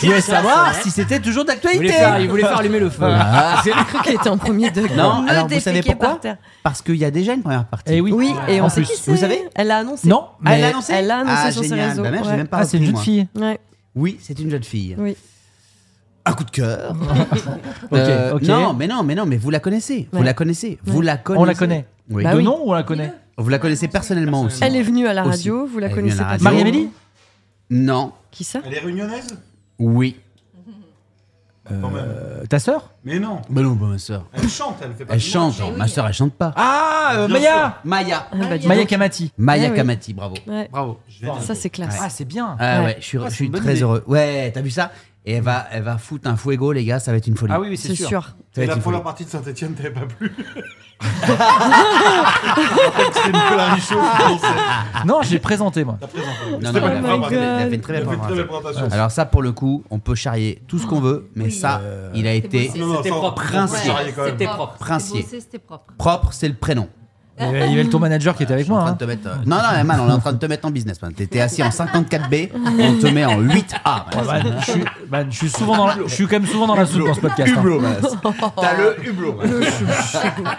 [SPEAKER 2] Je voulais savoir si c'était toujours
[SPEAKER 8] Il voulait
[SPEAKER 2] d'actualité.
[SPEAKER 8] faire, il voulait faire allumer le feu.
[SPEAKER 5] J'ai cru qu'il était en premier degré.
[SPEAKER 1] Non,
[SPEAKER 5] Me
[SPEAKER 1] alors vous savez
[SPEAKER 5] déféquer
[SPEAKER 1] pourquoi Ah,
[SPEAKER 5] par terre.
[SPEAKER 1] Parce qu'il y a déjà une première partie.
[SPEAKER 2] Eh oui.
[SPEAKER 5] Oui, et
[SPEAKER 2] En
[SPEAKER 5] on sait
[SPEAKER 2] plus.
[SPEAKER 5] qui c'est.
[SPEAKER 1] Vous savez
[SPEAKER 5] Elle l'a annoncé.
[SPEAKER 2] Non, mais
[SPEAKER 1] Ah, elle l'a annoncé
[SPEAKER 5] elle l'a annoncé
[SPEAKER 1] Ah,
[SPEAKER 5] sur ses
[SPEAKER 1] génial.
[SPEAKER 5] réseaux,
[SPEAKER 1] Ma mère, j'ai
[SPEAKER 5] ouais.
[SPEAKER 1] même pas
[SPEAKER 2] Ah, c'est une
[SPEAKER 1] retenu,
[SPEAKER 2] jeune
[SPEAKER 1] moi.
[SPEAKER 2] fille.
[SPEAKER 5] Ouais.
[SPEAKER 1] Oui, c'est une jeune fille.
[SPEAKER 5] Oui.
[SPEAKER 1] Un coup de cœur.
[SPEAKER 2] Ok,
[SPEAKER 1] Euh,
[SPEAKER 2] ok.
[SPEAKER 1] Non, mais non, mais non, mais vous la connaissez. Vous
[SPEAKER 5] Ouais.
[SPEAKER 1] la connaissez. Vous
[SPEAKER 5] Ouais.
[SPEAKER 1] la connaissez.
[SPEAKER 2] On la connaît.
[SPEAKER 1] Oui.
[SPEAKER 5] Bah
[SPEAKER 2] de
[SPEAKER 5] oui.
[SPEAKER 2] nom ou on la connaît
[SPEAKER 1] Vous la connaissez personnellement aussi.
[SPEAKER 5] Elle est venue à la
[SPEAKER 1] Aussi.
[SPEAKER 5] radio, vous la
[SPEAKER 1] Elle est
[SPEAKER 5] connaissez
[SPEAKER 1] venue à la radio.
[SPEAKER 5] pas.
[SPEAKER 2] Marie-Amélie
[SPEAKER 1] Non.
[SPEAKER 5] Qui ça
[SPEAKER 6] Elle est réunionnaise
[SPEAKER 1] Oui.
[SPEAKER 6] Quand même.
[SPEAKER 2] Euh, Ta sœur
[SPEAKER 6] Mais non.
[SPEAKER 1] Bah non, pas ma soeur.
[SPEAKER 6] Elle chante, elle fait pas
[SPEAKER 1] Elle
[SPEAKER 6] du monde.
[SPEAKER 1] chante. genre, Ma soeur, elle chante pas.
[SPEAKER 2] Ah, euh,
[SPEAKER 6] Bien
[SPEAKER 2] Maya
[SPEAKER 1] Maya.
[SPEAKER 5] Ah, bah, dis
[SPEAKER 2] Maya
[SPEAKER 5] donc.
[SPEAKER 2] Kamati.
[SPEAKER 1] Maya
[SPEAKER 5] Eh oui.
[SPEAKER 1] Kamati, bravo.
[SPEAKER 5] Ouais.
[SPEAKER 2] Bravo.
[SPEAKER 6] Je vais dire.
[SPEAKER 5] Ça, c'est classe.
[SPEAKER 2] Ah, c'est bien.
[SPEAKER 1] Ah ouais,
[SPEAKER 5] Ouais.
[SPEAKER 1] je suis,
[SPEAKER 6] Ah,
[SPEAKER 1] je
[SPEAKER 6] c'est
[SPEAKER 1] suis
[SPEAKER 6] une bonne
[SPEAKER 1] très
[SPEAKER 6] idée.
[SPEAKER 1] heureux. Ouais, t'as vu ça Et elle va, elle va foutre un fuego, les gars, ça va être une folie.
[SPEAKER 2] Ah oui, oui,
[SPEAKER 5] C'est sûr.
[SPEAKER 1] Ça va
[SPEAKER 6] Et
[SPEAKER 1] être
[SPEAKER 6] la
[SPEAKER 1] une
[SPEAKER 6] première
[SPEAKER 1] folie.
[SPEAKER 6] partie de Saint-Etienne, t'avais pas plu. C'est Nicolas Richaud qui dansait.
[SPEAKER 2] Ah, Non, j'ai présenté moi.
[SPEAKER 6] T'as présenté.
[SPEAKER 1] Non,
[SPEAKER 6] C'était
[SPEAKER 1] non,
[SPEAKER 6] pas
[SPEAKER 1] elle
[SPEAKER 6] la
[SPEAKER 1] a
[SPEAKER 6] première
[SPEAKER 1] fait-
[SPEAKER 6] partie.
[SPEAKER 1] elle a fait une très
[SPEAKER 6] Elle
[SPEAKER 1] belle
[SPEAKER 6] fait une très belle
[SPEAKER 1] présentation.
[SPEAKER 6] présentation.
[SPEAKER 1] Alors ça, pour le coup, on peut charrier tout
[SPEAKER 5] Ah.
[SPEAKER 1] ce qu'on veut, mais ça,
[SPEAKER 5] Euh,
[SPEAKER 1] il a été
[SPEAKER 7] beau,
[SPEAKER 6] Non, non,
[SPEAKER 8] C'était
[SPEAKER 6] ça, on-
[SPEAKER 8] propre.
[SPEAKER 6] on peut
[SPEAKER 1] Princier.
[SPEAKER 6] charrier quand même.
[SPEAKER 8] C'était propre.
[SPEAKER 1] princier.
[SPEAKER 7] C'était beau, C'était propre.
[SPEAKER 1] Propre, c'est le prénom.
[SPEAKER 2] Il y avait il y avait le tour manager qui était avec
[SPEAKER 1] Je suis en
[SPEAKER 2] moi.
[SPEAKER 1] train
[SPEAKER 2] hein.
[SPEAKER 1] de te mettre, euh, Non, non, Eman, on est en train de te mettre en business. man. T'étais assis en 54B, on te met en 8A. man.
[SPEAKER 2] Ouais, bah, je, suis, bah, je suis souvent dans la, je suis quand même souvent dans la soupe dans ce podcast. hein.
[SPEAKER 1] Hublot, man. T'as le hublot. man.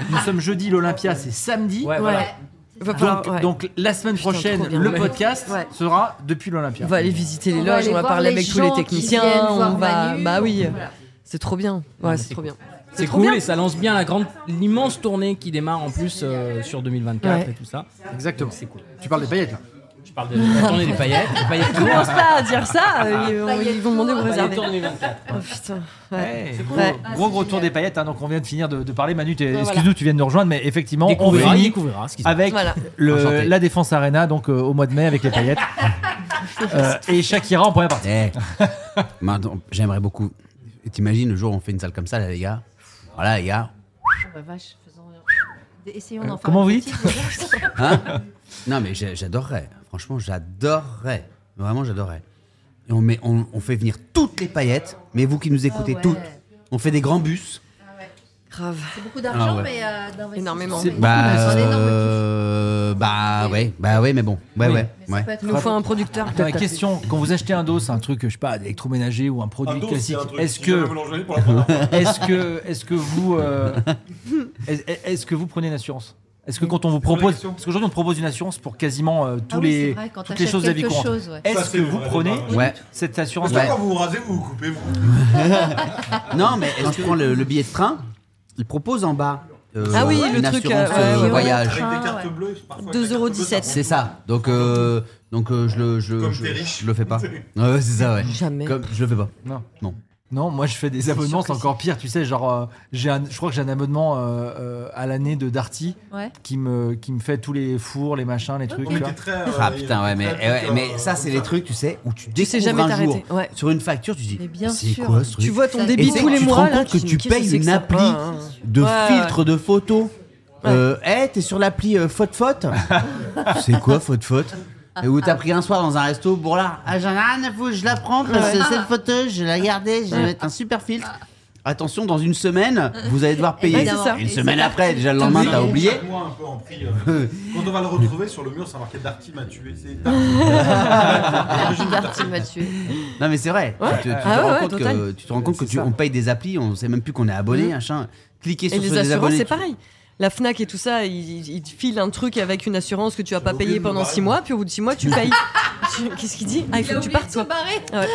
[SPEAKER 2] Nous sommes jeudi, l'Olympia c'est samedi.
[SPEAKER 8] Ouais, voilà.
[SPEAKER 5] Ouais. Va falloir-
[SPEAKER 2] Donc,
[SPEAKER 5] ouais.
[SPEAKER 2] donc, la semaine
[SPEAKER 5] Putain,
[SPEAKER 2] prochaine,
[SPEAKER 5] trop bien.
[SPEAKER 2] le
[SPEAKER 5] Ouais.
[SPEAKER 2] podcast
[SPEAKER 5] Ouais.
[SPEAKER 2] sera depuis l'Olympia.
[SPEAKER 5] On va aller visiter les
[SPEAKER 7] On va
[SPEAKER 5] loges,
[SPEAKER 7] aller
[SPEAKER 5] on va
[SPEAKER 7] voir
[SPEAKER 5] parler
[SPEAKER 7] les
[SPEAKER 5] avec tous les
[SPEAKER 7] gens qui
[SPEAKER 5] techniciens,
[SPEAKER 7] viennent voir
[SPEAKER 5] on va.
[SPEAKER 7] Manu.
[SPEAKER 5] Bah oui,
[SPEAKER 7] Voilà. Ah,
[SPEAKER 5] c'est trop bien. Ouais, c'est trop bien.
[SPEAKER 8] C'est
[SPEAKER 5] trop
[SPEAKER 8] cool
[SPEAKER 5] bien.
[SPEAKER 8] et ça lance bien la grande, l'immense tournée qui démarre en plus euh, sur 2024
[SPEAKER 5] Ouais.
[SPEAKER 8] et tout ça.
[SPEAKER 9] Exactement.
[SPEAKER 8] C'est cool.
[SPEAKER 9] Tu parles des paillettes là.
[SPEAKER 8] Je parle de la tournée des paillettes. Les paillettes
[SPEAKER 5] *laughs* Commence pas à dire
[SPEAKER 7] Ah,
[SPEAKER 5] ça, euh, ils, vont- ils vont demander où
[SPEAKER 8] La paillette
[SPEAKER 5] réserver.
[SPEAKER 8] tourne les 24.
[SPEAKER 5] Oh putain. Ouais.
[SPEAKER 2] Ouais.
[SPEAKER 5] Ouais.
[SPEAKER 2] Gros gros tour des paillettes, hein, donc on vient de finir de, de parler. Manu, t'es-
[SPEAKER 8] Ouais,
[SPEAKER 2] excuse-nous,
[SPEAKER 8] voilà.
[SPEAKER 2] tu viens de nous rejoindre, mais effectivement, on
[SPEAKER 8] Découvrira, il
[SPEAKER 2] finit
[SPEAKER 8] découvrira ce qui se
[SPEAKER 2] avec
[SPEAKER 5] Voilà.
[SPEAKER 2] le-
[SPEAKER 9] Enchanté.
[SPEAKER 2] la Défense Arena, donc euh, au mois de mai avec les
[SPEAKER 7] *laughs*
[SPEAKER 2] paillettes. Euh, et Shakira en première partie.
[SPEAKER 1] Eh, *laughs* maintenant, j'aimerais beaucoup. T'imagines le jour où on fait une salle comme ça, là, les gars Voilà, les gars.
[SPEAKER 7] Oh, bah, vache, faisons. Essayons
[SPEAKER 1] Euh,
[SPEAKER 7] d'en faire.
[SPEAKER 2] comment
[SPEAKER 7] une
[SPEAKER 2] vous
[SPEAKER 7] petite, déjà.
[SPEAKER 1] Hein non, mais j'ai- j'adorerais. Franchement, j'adorerais. Vraiment, j'adorerais. Et on, met, on, on fait venir toutes les paillettes, mais vous qui nous écoutez
[SPEAKER 7] Ah ouais.
[SPEAKER 1] toutes, on fait des grands bus.
[SPEAKER 5] Grave.
[SPEAKER 7] C'est beaucoup d'argent,
[SPEAKER 1] Ah ouais.
[SPEAKER 7] mais euh, d'investissement.
[SPEAKER 5] Énormément.
[SPEAKER 7] C'est
[SPEAKER 5] C'est-
[SPEAKER 1] Bah,
[SPEAKER 7] un énorme
[SPEAKER 1] euh, bah ouais, bah ouais, mais bon, ouais,
[SPEAKER 2] Oui.
[SPEAKER 1] ouais,
[SPEAKER 7] kiff. Mais ça
[SPEAKER 1] ouais.
[SPEAKER 7] peut être
[SPEAKER 5] Il nous faut un producteur.
[SPEAKER 2] Attends, la question, quand vous achetez un dos, un truc, je sais pas, électroménager ou un produit classique, est-ce que,
[SPEAKER 1] *laughs*
[SPEAKER 2] est-ce que, est-ce que vous, euh, est- est-ce que vous prenez une assurance Est-ce que quand on vous propose, parce qu'aujourd'hui on te propose une assurance pour quasiment euh, tous
[SPEAKER 7] Ah oui, c'est
[SPEAKER 2] les,
[SPEAKER 7] vrai, quand
[SPEAKER 2] toutes les
[SPEAKER 7] t'achètes
[SPEAKER 2] choses de la vie
[SPEAKER 7] quelque
[SPEAKER 2] courante.
[SPEAKER 7] chose, ouais.
[SPEAKER 6] Ça,
[SPEAKER 2] Est-ce
[SPEAKER 6] c'est
[SPEAKER 2] que vous
[SPEAKER 6] vrai,
[SPEAKER 2] prenez
[SPEAKER 6] débarrasse.
[SPEAKER 1] Ouais.
[SPEAKER 2] cette assurance
[SPEAKER 1] Ouais.
[SPEAKER 6] vous vous rasez, vous vous coupez, vous.
[SPEAKER 1] Non, mais quand je prends le, le billet de train, il propose en bas euh,
[SPEAKER 5] Ah oui,
[SPEAKER 1] une
[SPEAKER 5] le
[SPEAKER 1] assurance
[SPEAKER 5] truc, euh, ouais,
[SPEAKER 1] euh,
[SPEAKER 5] ouais.
[SPEAKER 1] voyage.
[SPEAKER 6] Avec
[SPEAKER 7] Ah,
[SPEAKER 6] des cartes
[SPEAKER 7] ouais.
[SPEAKER 6] bleues, parfois.
[SPEAKER 5] 2,17.
[SPEAKER 1] C'est ça. Donc, euh, donc euh, je le, je,
[SPEAKER 6] Comme
[SPEAKER 1] je,
[SPEAKER 6] t'es riche.
[SPEAKER 1] je le
[SPEAKER 6] *laughs*
[SPEAKER 1] fais pas. Ouais, c'est ça, ouais.
[SPEAKER 5] Jamais.
[SPEAKER 1] Comme je le fais pas.
[SPEAKER 2] Non.
[SPEAKER 1] Non.
[SPEAKER 2] Non, moi je fais des abonnements, c'est encore pire, tu sais, genre, euh, j'ai un- je crois que j'ai un abonnement euh, euh, à l'année de Darty
[SPEAKER 7] Ouais.
[SPEAKER 2] qui me, qui me fait tous les fours, les machins, les trucs.
[SPEAKER 6] On
[SPEAKER 2] tu vois.
[SPEAKER 6] était très. euh,
[SPEAKER 1] Ah putain, ouais, mais,
[SPEAKER 6] très,
[SPEAKER 1] eh ouais,
[SPEAKER 6] très,
[SPEAKER 1] mais
[SPEAKER 6] euh,
[SPEAKER 1] ça, c'est les trucs, tu sais, où tu
[SPEAKER 5] sais
[SPEAKER 1] découvres
[SPEAKER 5] jamais
[SPEAKER 1] un
[SPEAKER 5] t'arrêter,
[SPEAKER 1] jour
[SPEAKER 5] ouais.
[SPEAKER 1] sur une facture, tu dis,
[SPEAKER 7] Mais bien
[SPEAKER 1] c'est
[SPEAKER 7] sûr.
[SPEAKER 1] quoi ce truc
[SPEAKER 5] Tu vois ton
[SPEAKER 7] Et
[SPEAKER 5] débit
[SPEAKER 1] tu sais
[SPEAKER 5] tous
[SPEAKER 1] que
[SPEAKER 5] les
[SPEAKER 1] tu te
[SPEAKER 5] mois.
[SPEAKER 1] rends
[SPEAKER 5] là,
[SPEAKER 1] compte que
[SPEAKER 5] dis,
[SPEAKER 1] tu
[SPEAKER 5] qu'est-ce
[SPEAKER 1] payes
[SPEAKER 5] c'est
[SPEAKER 1] une
[SPEAKER 5] que ça
[SPEAKER 1] appli
[SPEAKER 5] Ah, hein.
[SPEAKER 1] de
[SPEAKER 5] Ouais, ouais.
[SPEAKER 1] filtre de photos. Euh, hey, t'es sur l'appli euh, Faute
[SPEAKER 5] *laughs*
[SPEAKER 1] Faute C'est quoi Faute Faute Et où t'as pris un soir dans un resto pour là. Ah, j'en ai rien à foutre, je la prends parce que cette photo, je la gardais, je vais mettre un super filtre. Attention, dans une semaine, vous allez devoir payer.
[SPEAKER 5] Ouais, c'est ça.
[SPEAKER 1] Une semaine après, déjà le lendemain,
[SPEAKER 6] Chaque
[SPEAKER 1] t'as
[SPEAKER 6] mois,
[SPEAKER 1] oublié.
[SPEAKER 6] chaque mois, un peu en prix, euh, Quand on va le retrouver sur le mur, ça marqué Darty m'a tué. C'est Darty.
[SPEAKER 7] Darty m'a tué.
[SPEAKER 1] Non, mais c'est vrai. Tu, te- tu
[SPEAKER 5] Ah
[SPEAKER 1] te
[SPEAKER 5] ouais,
[SPEAKER 1] rends
[SPEAKER 5] ouais,
[SPEAKER 1] compte que,
[SPEAKER 5] total. Mm.
[SPEAKER 1] tu te rends compte que
[SPEAKER 2] c'est
[SPEAKER 1] tu-
[SPEAKER 2] ça.
[SPEAKER 1] on paye des applis, on sait même plus qu'on est abonné, machin. Cliquez
[SPEAKER 5] Et
[SPEAKER 1] sur se
[SPEAKER 5] les assurances,
[SPEAKER 1] désabonner.
[SPEAKER 5] c'est pareil. La Fnac et tout ça, ils, ils te filent un truc avec une assurance que tu vas pas
[SPEAKER 6] oublié
[SPEAKER 5] payer
[SPEAKER 6] de me
[SPEAKER 5] pendant
[SPEAKER 6] barrer.
[SPEAKER 5] 6 mois, puis au bout de 6 mois, tu payes. Tu- Qu'est-ce qu'il dit Ah,
[SPEAKER 7] Il
[SPEAKER 5] il faut
[SPEAKER 7] a
[SPEAKER 5] que tu
[SPEAKER 7] oublié
[SPEAKER 5] partes,
[SPEAKER 7] de se
[SPEAKER 5] toi.
[SPEAKER 7] barrer.
[SPEAKER 5] Ouais,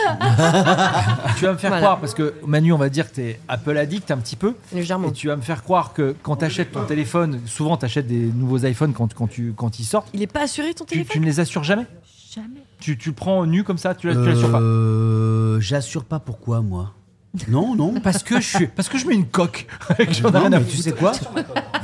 [SPEAKER 2] Tu vas me faire
[SPEAKER 5] Voilà.
[SPEAKER 2] croire, parce que Manu, on va dire que t'es Apple addict un petit peu.
[SPEAKER 1] Ah,
[SPEAKER 5] légèrement.
[SPEAKER 2] Et tu vas me faire croire que quand t'achètes ton téléphone, souvent t'achètes des nouveaux iPhones quand, quand, tu, quand ils sortent,
[SPEAKER 5] Il est pas assuré ton
[SPEAKER 2] tu,
[SPEAKER 5] téléphone
[SPEAKER 2] tu ne les assures jamais
[SPEAKER 7] Jamais.
[SPEAKER 2] tu, tu le prends nu comme ça, tu l'as- tu l'assures pas
[SPEAKER 1] Euh, J'assure pas pourquoi, moi. Non,
[SPEAKER 5] *laughs*
[SPEAKER 1] non.
[SPEAKER 2] parce que, je suis, parce que je mets une coque. *laughs* et que j'en ai
[SPEAKER 1] Non,
[SPEAKER 2] rien à
[SPEAKER 1] mais
[SPEAKER 2] foutre.
[SPEAKER 1] tu sais quoi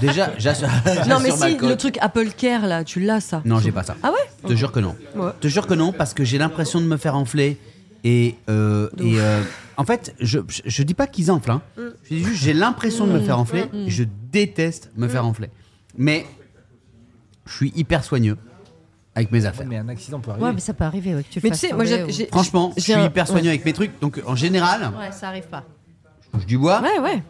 [SPEAKER 1] Déjà, j'assure.
[SPEAKER 5] Non, mais
[SPEAKER 1] j'assure ma
[SPEAKER 5] si,
[SPEAKER 1] cote.
[SPEAKER 5] le truc Apple Care, là, tu l'as, ça.
[SPEAKER 1] Non, j'ai pas ça.
[SPEAKER 5] Ah ouais
[SPEAKER 1] Je te jure que non.
[SPEAKER 5] Ouais.
[SPEAKER 1] Je te jure que non, parce que j'ai l'impression de me faire enfler. Et, euh,
[SPEAKER 5] De Mm.
[SPEAKER 1] et,
[SPEAKER 5] ouf.
[SPEAKER 1] euh, en fait, je, je, je dis pas qu'ils enflent. hein. Je dis juste, j'ai l'impression de me
[SPEAKER 5] Mm.
[SPEAKER 1] faire enfler. et Je déteste me faire enfler. Mais je suis hyper soigneux avec mes affaires.
[SPEAKER 2] Mais un accident peut arriver.
[SPEAKER 7] Ouais, mais ça peut arriver, ouais, que tu
[SPEAKER 5] Mais tu
[SPEAKER 7] fasses
[SPEAKER 5] sais, moi, j'ai.
[SPEAKER 7] tomber ou-
[SPEAKER 5] j'ai-
[SPEAKER 1] Franchement, je
[SPEAKER 5] j'ai
[SPEAKER 1] suis
[SPEAKER 5] un-
[SPEAKER 1] hyper soigneux avec mes trucs. Donc, en général,
[SPEAKER 7] Ouais, ça arrive pas.
[SPEAKER 1] je touche du bois.
[SPEAKER 5] Ouais, ouais.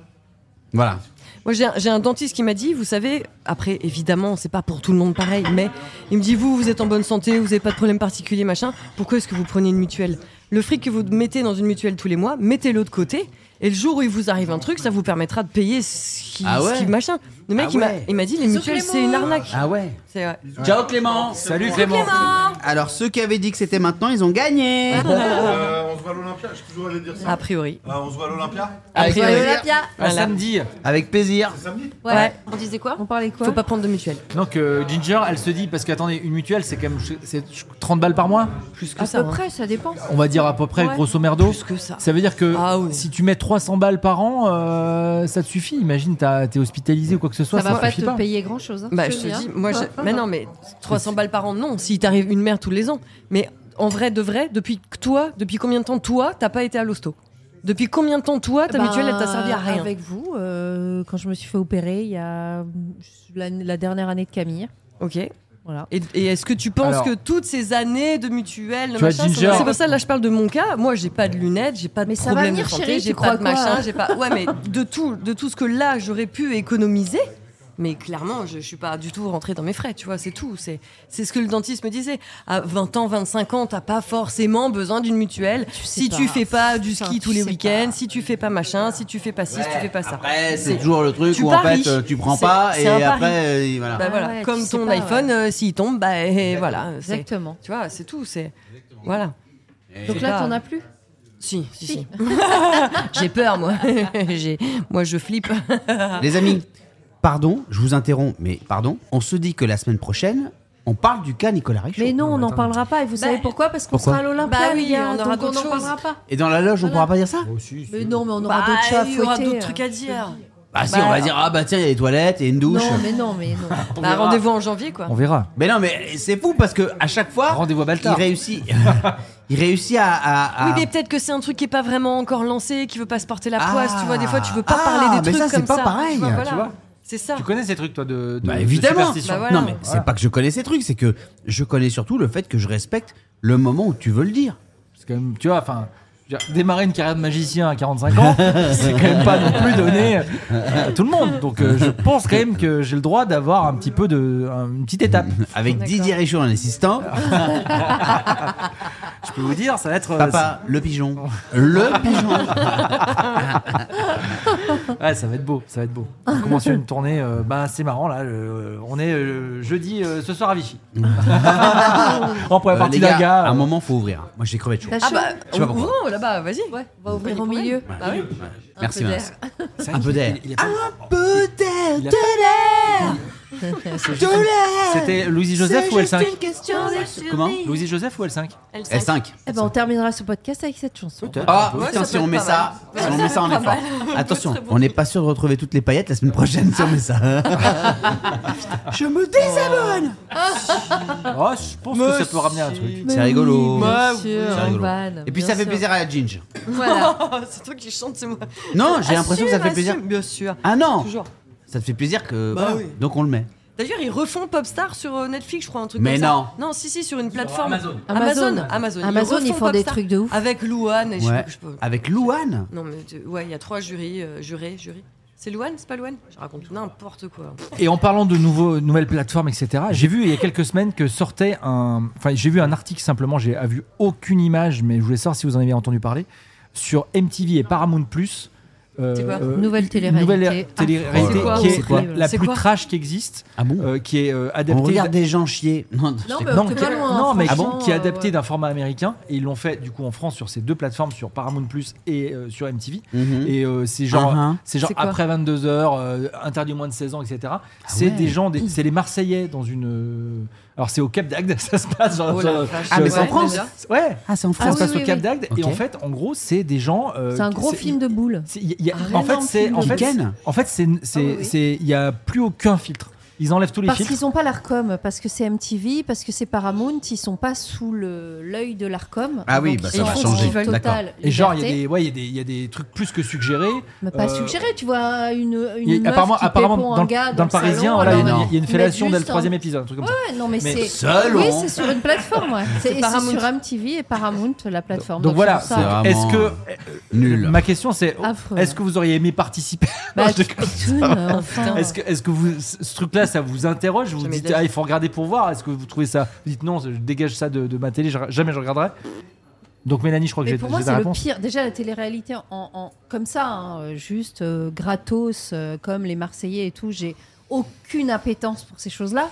[SPEAKER 1] Voilà.
[SPEAKER 5] Moi, j'ai un, j'ai un dentiste qui m'a dit, vous savez, après, évidemment, c'est pas pour tout le monde pareil, mais il me dit, vous, vous êtes en bonne santé, vous avez pas de problème particulier, machin, pourquoi est-ce que vous prenez une mutuelle Le fric que vous mettez dans une mutuelle tous les mois, mettez-le de côté, et le jour où il vous arrive un truc, ça vous permettra de payer ce qui,
[SPEAKER 1] Ah ouais
[SPEAKER 5] ce qui- machin. Le mec,
[SPEAKER 1] Ah
[SPEAKER 5] il m'a-
[SPEAKER 1] ouais.
[SPEAKER 5] il m'a dit, les mutuelles,
[SPEAKER 7] Clément
[SPEAKER 5] c'est une arnaque.
[SPEAKER 1] Ah ouais.
[SPEAKER 5] C'est vrai.
[SPEAKER 1] Ciao Clément.
[SPEAKER 2] Salut Clément
[SPEAKER 1] Alors ceux qui avaient dit que c'était maintenant, ils ont gagné.
[SPEAKER 5] *laughs*
[SPEAKER 6] Euh, On se voit à l'Olympia, je suis toujours allé dire ça.
[SPEAKER 7] Ah.
[SPEAKER 5] A priori.
[SPEAKER 6] Euh, On se voit à l'Olympia
[SPEAKER 5] A
[SPEAKER 1] Avec,
[SPEAKER 7] Ouais,
[SPEAKER 5] priori.
[SPEAKER 7] Olympia.
[SPEAKER 2] À
[SPEAKER 5] Voilà.
[SPEAKER 2] samedi.
[SPEAKER 1] avec plaisir.
[SPEAKER 6] C'est samedi
[SPEAKER 7] Euh, Ouais.
[SPEAKER 5] Ouais.
[SPEAKER 7] On disait quoi
[SPEAKER 5] On parlait quoi Faut pas prendre de mutuelle.
[SPEAKER 2] Donc euh, Ginger, elle se dit, parce qu'attendez, une mutuelle, c'est quand même c'est 30 balles par mois
[SPEAKER 5] Plus que
[SPEAKER 7] À
[SPEAKER 5] ça.
[SPEAKER 7] peu
[SPEAKER 5] hein.
[SPEAKER 7] près, ça dépend.
[SPEAKER 2] On va dire à peu près,
[SPEAKER 7] Ouais.
[SPEAKER 2] grosso merdo.
[SPEAKER 5] Plus que ça.
[SPEAKER 2] Ça veut dire que
[SPEAKER 5] Ah oui.
[SPEAKER 2] si tu mets 300 balles par an, euh, ça te suffit. Imagine, t'as- t'es hospitalisé ou quoi que ce soit,
[SPEAKER 7] Ça
[SPEAKER 2] ça,
[SPEAKER 7] va pas
[SPEAKER 2] suffit
[SPEAKER 7] te
[SPEAKER 2] pas.
[SPEAKER 7] payer hein, grand chose.
[SPEAKER 5] Bah, je te dis, moi, je- mais non, mais 300 balles par an, non. S'il t'arrive une mère tous les ans, mais en vrai, de vrai, depuis que toi, depuis combien de temps toi, t'as pas été à l'hosto Depuis combien de temps toi, ta mutuelle, elle t'a servi à rien
[SPEAKER 7] Bah, Avec vous, euh, quand je me suis fait opérer, il y a euh, la, la dernière année de Camille.
[SPEAKER 5] Ok.
[SPEAKER 7] Voilà.
[SPEAKER 5] Et, et est-ce que tu penses
[SPEAKER 2] Alors-
[SPEAKER 5] que toutes ces années de mutuelle, de
[SPEAKER 2] Tu vois,
[SPEAKER 5] machin, ça-
[SPEAKER 2] Ginger-
[SPEAKER 5] c'est pour ça là je parle de mon cas. Moi, j'ai pas de lunettes, j'ai pas de
[SPEAKER 7] Mais ça va
[SPEAKER 5] problème
[SPEAKER 7] venir,
[SPEAKER 5] de santé,
[SPEAKER 7] chérie,
[SPEAKER 5] j'ai
[SPEAKER 7] tu
[SPEAKER 5] pas
[SPEAKER 7] crois
[SPEAKER 5] de
[SPEAKER 7] quoi
[SPEAKER 5] machin, j'ai pas. Ouais, mais de tout, de tout ce que là j'aurais pu économiser. Mais clairement, je, je suis pas du tout rentrée dans mes frais, tu vois, c'est tout. C'est, c'est ce que le dentiste me disait. À 20 ans, 25 ans, t'as pas forcément besoin d'une mutuelle.
[SPEAKER 7] sais
[SPEAKER 5] si
[SPEAKER 7] pas.
[SPEAKER 5] tu fais pas du
[SPEAKER 7] Putain,
[SPEAKER 5] ski
[SPEAKER 7] tu
[SPEAKER 5] tous les
[SPEAKER 7] sais
[SPEAKER 5] week-ends, si tu fais pas machin, si tu fais pas ci, si tu fais pas ça.
[SPEAKER 1] Après,
[SPEAKER 5] C'est-
[SPEAKER 1] c'est toujours le truc
[SPEAKER 5] tu
[SPEAKER 1] où
[SPEAKER 5] paries.
[SPEAKER 1] en fait euh, tu prends
[SPEAKER 5] C'est-
[SPEAKER 1] pas
[SPEAKER 5] c'est
[SPEAKER 1] et
[SPEAKER 5] un pari.
[SPEAKER 1] après euh, voilà.
[SPEAKER 5] Bah
[SPEAKER 7] Ah
[SPEAKER 5] voilà,
[SPEAKER 7] ouais, tu
[SPEAKER 5] comme
[SPEAKER 7] sais
[SPEAKER 5] ton
[SPEAKER 7] pas, ouais.
[SPEAKER 5] iPhone, euh, s'il tombe, bah et voilà. c'est-
[SPEAKER 7] Exactement.
[SPEAKER 5] tu vois, c'est tout. C'est voilà.
[SPEAKER 7] Donc
[SPEAKER 5] C'est
[SPEAKER 7] là,
[SPEAKER 5] pas-
[SPEAKER 7] t'en as plus
[SPEAKER 5] Si, si, si. *laughs* J'ai peur, moi. *laughs* J'ai- moi, je flippe.
[SPEAKER 1] Les amis, pardon, je vous interromps, mais pardon, on se dit que la semaine prochaine, on parle du cas Nicolas Richaud.
[SPEAKER 7] Mais non, on n'en
[SPEAKER 1] Attends.
[SPEAKER 7] parlera pas. Et vous savez pourquoi Parce qu'on
[SPEAKER 1] Pourquoi
[SPEAKER 7] sera à l'Olympia.
[SPEAKER 5] Bah oui,
[SPEAKER 7] les gars,
[SPEAKER 5] on aura
[SPEAKER 7] donc
[SPEAKER 5] d'autres
[SPEAKER 7] Bah, on n'en
[SPEAKER 5] choses.
[SPEAKER 7] parlera pas.
[SPEAKER 1] Et dans la loge, on
[SPEAKER 7] Voilà.
[SPEAKER 1] pourra pas dire ça
[SPEAKER 6] aussi.
[SPEAKER 7] Mais non, mais on Bah, aura d'autres choses à
[SPEAKER 5] il y aura
[SPEAKER 7] fouetter,
[SPEAKER 5] d'autres hein.
[SPEAKER 7] euh.
[SPEAKER 5] trucs à dire.
[SPEAKER 1] Bah si,
[SPEAKER 5] Bah,
[SPEAKER 1] on va dire, ah bah tiens, il y a des toilettes et une douche.
[SPEAKER 7] Non, mais non, mais non.
[SPEAKER 2] Ah
[SPEAKER 5] Bah,
[SPEAKER 8] verra.
[SPEAKER 5] rendez-vous en janvier, quoi.
[SPEAKER 2] On verra.
[SPEAKER 1] Mais non, mais c'est fou parce que à chaque fois,
[SPEAKER 2] Rendez-vous à
[SPEAKER 1] il
[SPEAKER 2] Baltar.
[SPEAKER 1] réussit, *laughs* il réussit à. à-
[SPEAKER 5] Oui,
[SPEAKER 1] à-
[SPEAKER 5] mais peut-être que c'est un truc qui est pas vraiment encore lancé, qui veut pas se porter la
[SPEAKER 1] Ah.
[SPEAKER 5] poisse. Tu vois, des fois, tu veux pas
[SPEAKER 1] Ah,
[SPEAKER 5] parler des
[SPEAKER 1] mais
[SPEAKER 5] trucs
[SPEAKER 1] ça, c'est
[SPEAKER 5] comme
[SPEAKER 1] pas
[SPEAKER 5] ça.
[SPEAKER 1] pareil,
[SPEAKER 5] tu vois.
[SPEAKER 1] tu
[SPEAKER 5] voilà.
[SPEAKER 2] vois.
[SPEAKER 5] C'est ça.
[SPEAKER 2] Tu connais ces trucs, toi, de. de
[SPEAKER 1] Bah
[SPEAKER 2] de
[SPEAKER 1] évidemment.
[SPEAKER 2] superstition
[SPEAKER 5] Bah, voilà.
[SPEAKER 1] Non mais c'est pas que je connais ces trucs, c'est que je connais surtout le fait que je respecte le moment où tu veux le dire.
[SPEAKER 2] Parce que, tu vois, enfin. je veux dire, Démarrer une carrière de magicien à 45 *laughs* ans, c'est quand même pas non plus donné à tout le monde. Donc euh, je pense quand même que j'ai le droit d'avoir un petit peu de. un- une petite étape.
[SPEAKER 1] Avec
[SPEAKER 7] D'accord.
[SPEAKER 1] Didier Richaud en assistant,
[SPEAKER 5] Ah,
[SPEAKER 2] Je peux vous dire, ça va être. euh,
[SPEAKER 1] papa le pigeon, le pigeon.
[SPEAKER 2] Ouais, ça va être beau, ça va être beau.
[SPEAKER 1] *laughs*
[SPEAKER 2] On commence une tournée, euh, bah, c'est marrant là. euh, on est euh, jeudi euh, ce soir
[SPEAKER 1] *laughs*
[SPEAKER 2] à Vichy. en première
[SPEAKER 1] Euh,
[SPEAKER 2] partie
[SPEAKER 1] les
[SPEAKER 2] d'un
[SPEAKER 1] gars,
[SPEAKER 2] gars.
[SPEAKER 1] à
[SPEAKER 2] euh,
[SPEAKER 1] un moment faut ouvrir. Moi j'ai crevé de chaud.
[SPEAKER 7] T'as
[SPEAKER 5] Ah
[SPEAKER 7] chaud
[SPEAKER 5] bah,
[SPEAKER 1] sais pas pourquoi.
[SPEAKER 5] ouvrons là-bas, vas-y. Ouais.
[SPEAKER 7] On va
[SPEAKER 5] Pas
[SPEAKER 7] ouvrir
[SPEAKER 5] de
[SPEAKER 7] au
[SPEAKER 5] problème.
[SPEAKER 7] milieu.
[SPEAKER 5] Bah oui.
[SPEAKER 1] Merci
[SPEAKER 5] peu
[SPEAKER 1] Max.
[SPEAKER 2] c'est
[SPEAKER 1] un peu
[SPEAKER 2] vrai qu'il-
[SPEAKER 1] d'air.
[SPEAKER 2] il- il a pas-
[SPEAKER 1] Peut-être
[SPEAKER 2] Il
[SPEAKER 1] de
[SPEAKER 2] a-
[SPEAKER 1] l'air.
[SPEAKER 2] C'était Louis Joseph ou L5
[SPEAKER 7] question
[SPEAKER 1] Comment
[SPEAKER 2] Louis Joseph ou L5
[SPEAKER 1] S5.
[SPEAKER 7] Eh ben, on terminera ce podcast avec cette chanson.
[SPEAKER 1] Ah,
[SPEAKER 5] Ouais,
[SPEAKER 1] putain,
[SPEAKER 5] ça
[SPEAKER 1] si
[SPEAKER 5] peut
[SPEAKER 1] on
[SPEAKER 5] être
[SPEAKER 1] met
[SPEAKER 5] pas
[SPEAKER 1] ça,
[SPEAKER 5] mal.
[SPEAKER 1] si
[SPEAKER 5] Ouais,
[SPEAKER 1] on
[SPEAKER 5] ça
[SPEAKER 1] met ça,
[SPEAKER 5] peut
[SPEAKER 1] on
[SPEAKER 5] être
[SPEAKER 1] est
[SPEAKER 5] pas
[SPEAKER 1] fort.
[SPEAKER 5] *laughs*
[SPEAKER 1] Attention, on n'est pas sûr de retrouver toutes les paillettes la semaine prochaine
[SPEAKER 5] Ah,
[SPEAKER 1] si on met ça. Je me désabonne Ah.
[SPEAKER 2] Oh, je pense que ça peut ramener un truc.
[SPEAKER 1] C'est rigolo. C'est rigolo. Et
[SPEAKER 7] Et
[SPEAKER 1] puis ça fait plaisir à la Ginge.
[SPEAKER 5] Voilà. *laughs* c'est toi qui chante, c'est moi.
[SPEAKER 1] Non, j'ai l'impression que ça fait
[SPEAKER 5] Assume,
[SPEAKER 1] plaisir.
[SPEAKER 5] assume. Bien sûr.
[SPEAKER 1] Ah non
[SPEAKER 5] Toujours.
[SPEAKER 1] Ça te fait plaisir que.
[SPEAKER 5] Bah
[SPEAKER 1] voilà.
[SPEAKER 5] oui.
[SPEAKER 1] Donc on le met.
[SPEAKER 5] D'ailleurs, ils refont Popstar sur euh, Netflix, je crois, un truc
[SPEAKER 1] Mais
[SPEAKER 5] comme ça.
[SPEAKER 1] non.
[SPEAKER 5] Non, si, si, sur une plateforme.
[SPEAKER 8] Amazon.
[SPEAKER 5] Amazon.
[SPEAKER 7] Amazon.
[SPEAKER 5] Amazon.
[SPEAKER 7] Amazon, ils
[SPEAKER 5] refont
[SPEAKER 7] font des
[SPEAKER 5] Popstar
[SPEAKER 7] trucs de ouf.
[SPEAKER 5] Avec Louane et je sais
[SPEAKER 1] Ouais.
[SPEAKER 5] pas- je sais pas-
[SPEAKER 1] Avec Louane
[SPEAKER 5] Non, mais tu- ouais, il y a trois jurys, euh, jurés, jurés. C'est Louane, c'est pas Louane Je raconte n'importe quoi.
[SPEAKER 2] Et en parlant de nouveaux, nouvelles plateformes, etc., j'ai vu il y a quelques semaines que sortait un. Enfin, j'ai vu un article simplement, j'ai vu aucune image, mais je voulais savoir si vous en avez entendu parler, sur MTV et Paramount Plus. euh,
[SPEAKER 5] C'est quoi
[SPEAKER 7] Nouvelle télé-réalité.
[SPEAKER 2] Nouvelle télé-réalité
[SPEAKER 1] C'est quoi
[SPEAKER 2] qui est
[SPEAKER 7] C'est quoi
[SPEAKER 2] la
[SPEAKER 5] C'est
[SPEAKER 2] plus
[SPEAKER 5] quoi
[SPEAKER 2] trash qui existe,
[SPEAKER 1] Ah bon
[SPEAKER 2] euh, qui est euh,
[SPEAKER 1] On
[SPEAKER 2] adaptée.
[SPEAKER 1] regarde des Ah gens chier. Non, je
[SPEAKER 7] Non,
[SPEAKER 1] sais
[SPEAKER 7] mais
[SPEAKER 1] pas.
[SPEAKER 7] on peut
[SPEAKER 2] qui,
[SPEAKER 7] pas loin.
[SPEAKER 2] non, mais qui-
[SPEAKER 7] franchement,
[SPEAKER 2] qui est
[SPEAKER 7] euh,
[SPEAKER 2] adapté
[SPEAKER 7] ouais.
[SPEAKER 2] d'un format américain et ils l'ont fait du coup en France sur ces deux plateformes sur Paramount Plus et euh, sur MTV
[SPEAKER 1] Mhm.
[SPEAKER 2] et euh, c'est genre
[SPEAKER 1] Mhm.
[SPEAKER 2] c'est genre
[SPEAKER 5] C'est quoi
[SPEAKER 2] après 22 h interdit aux moins de 16 ans etc c'est
[SPEAKER 1] Ah ouais.
[SPEAKER 2] des gens des- c'est les Marseillais dans une euh, alors c'est au Cap d'Agde *laughs* ça se passe genre,
[SPEAKER 5] Oh la
[SPEAKER 2] genre-
[SPEAKER 5] vache.
[SPEAKER 1] Ah, mais c'est en
[SPEAKER 5] Ouais,
[SPEAKER 1] France
[SPEAKER 5] déjà.
[SPEAKER 2] ouais
[SPEAKER 1] Ah, c'est en
[SPEAKER 2] ça
[SPEAKER 1] France.
[SPEAKER 2] se passe
[SPEAKER 7] oui,
[SPEAKER 2] au
[SPEAKER 7] oui,
[SPEAKER 2] Cap
[SPEAKER 7] oui.
[SPEAKER 2] d'Agde et
[SPEAKER 1] Ok.
[SPEAKER 2] en fait en gros c'est des gens euh,
[SPEAKER 7] C'est un gros
[SPEAKER 2] c'est-
[SPEAKER 7] film de Ah, boules.
[SPEAKER 2] c'est- il y a-
[SPEAKER 7] Un
[SPEAKER 2] en fait
[SPEAKER 7] énorme
[SPEAKER 2] c'est
[SPEAKER 7] film
[SPEAKER 2] en
[SPEAKER 7] de
[SPEAKER 2] fait
[SPEAKER 1] Ken.
[SPEAKER 2] c'est- en fait c'est c'est
[SPEAKER 7] oui.
[SPEAKER 2] c'est- il y a plus aucun filtre ils enlèvent tous les
[SPEAKER 7] Parce
[SPEAKER 2] filtres
[SPEAKER 7] qu'ils n'ont pas l'ARCOM, parce que c'est MTV, parce que c'est Paramount, ils sont pas sous le- l'œil de l'ARCOM.
[SPEAKER 1] Ah oui,
[SPEAKER 7] Donc,
[SPEAKER 1] bah,
[SPEAKER 7] ils
[SPEAKER 1] ça
[SPEAKER 5] va
[SPEAKER 7] sont
[SPEAKER 5] changer.
[SPEAKER 7] en totale
[SPEAKER 1] D'accord.
[SPEAKER 2] et genre il y a
[SPEAKER 7] liberté.
[SPEAKER 2] des ouais il y a des- il y a des trucs plus que suggérés
[SPEAKER 7] Mais pas
[SPEAKER 2] euh,
[SPEAKER 7] suggéré, tu vois une, une
[SPEAKER 2] Il y a-
[SPEAKER 7] meuf
[SPEAKER 2] apparemment,
[SPEAKER 7] qui
[SPEAKER 2] apparemment
[SPEAKER 7] pépo
[SPEAKER 2] dans,
[SPEAKER 7] un
[SPEAKER 2] le-
[SPEAKER 7] gars
[SPEAKER 2] dans le Parisien, là,
[SPEAKER 7] salon,
[SPEAKER 2] il y a
[SPEAKER 7] alors,
[SPEAKER 2] une-
[SPEAKER 1] non.
[SPEAKER 2] il y a une
[SPEAKER 7] mais
[SPEAKER 2] fellation dès le
[SPEAKER 7] juste un-
[SPEAKER 2] troisième épisode, un truc comme
[SPEAKER 7] Ouais, non mais,
[SPEAKER 2] Mais
[SPEAKER 7] c'est
[SPEAKER 1] Seul oh.
[SPEAKER 7] oui,
[SPEAKER 1] on-
[SPEAKER 7] c'est sur une plateforme,
[SPEAKER 1] *laughs*
[SPEAKER 7] ouais. c'est et c'est
[SPEAKER 5] Paramount.
[SPEAKER 7] sur MTV et Paramount la plateforme.
[SPEAKER 2] Donc voilà,
[SPEAKER 1] C'est
[SPEAKER 7] c'est pour ça.
[SPEAKER 2] ça.
[SPEAKER 1] vraiment,
[SPEAKER 2] Est-ce que-
[SPEAKER 1] euh, Nul.
[SPEAKER 2] Ma question c'est
[SPEAKER 7] Affreux.
[SPEAKER 2] est-ce que vous auriez aimé participer
[SPEAKER 7] Bah,
[SPEAKER 2] *laughs* Non, je
[SPEAKER 7] tu
[SPEAKER 2] déconne.
[SPEAKER 7] pitounes,
[SPEAKER 2] *laughs*
[SPEAKER 7] enfin.
[SPEAKER 2] Est-ce que, est-ce que vous, ce ce truc-là, ça vous interroge Vous vous
[SPEAKER 5] Jamais
[SPEAKER 2] dites,
[SPEAKER 5] de la
[SPEAKER 2] ah,
[SPEAKER 5] vie.
[SPEAKER 2] il faut regarder pour voir. Est-ce que vous trouvez ça Vous dites, non, je dégage ça de, de ma télé, je- jamais je regarderai. Donc, Mélanie, je crois que
[SPEAKER 7] Mais
[SPEAKER 2] j'ai
[SPEAKER 7] pour
[SPEAKER 2] j'ai
[SPEAKER 7] moi,
[SPEAKER 2] la
[SPEAKER 7] c'est le
[SPEAKER 2] réponse.
[SPEAKER 7] pire. Déjà, la télé-réalité, en, en- comme ça, hein, juste euh, gratos, euh, comme les Marseillais et tout, j'ai aucune appétence pour ces choses-là.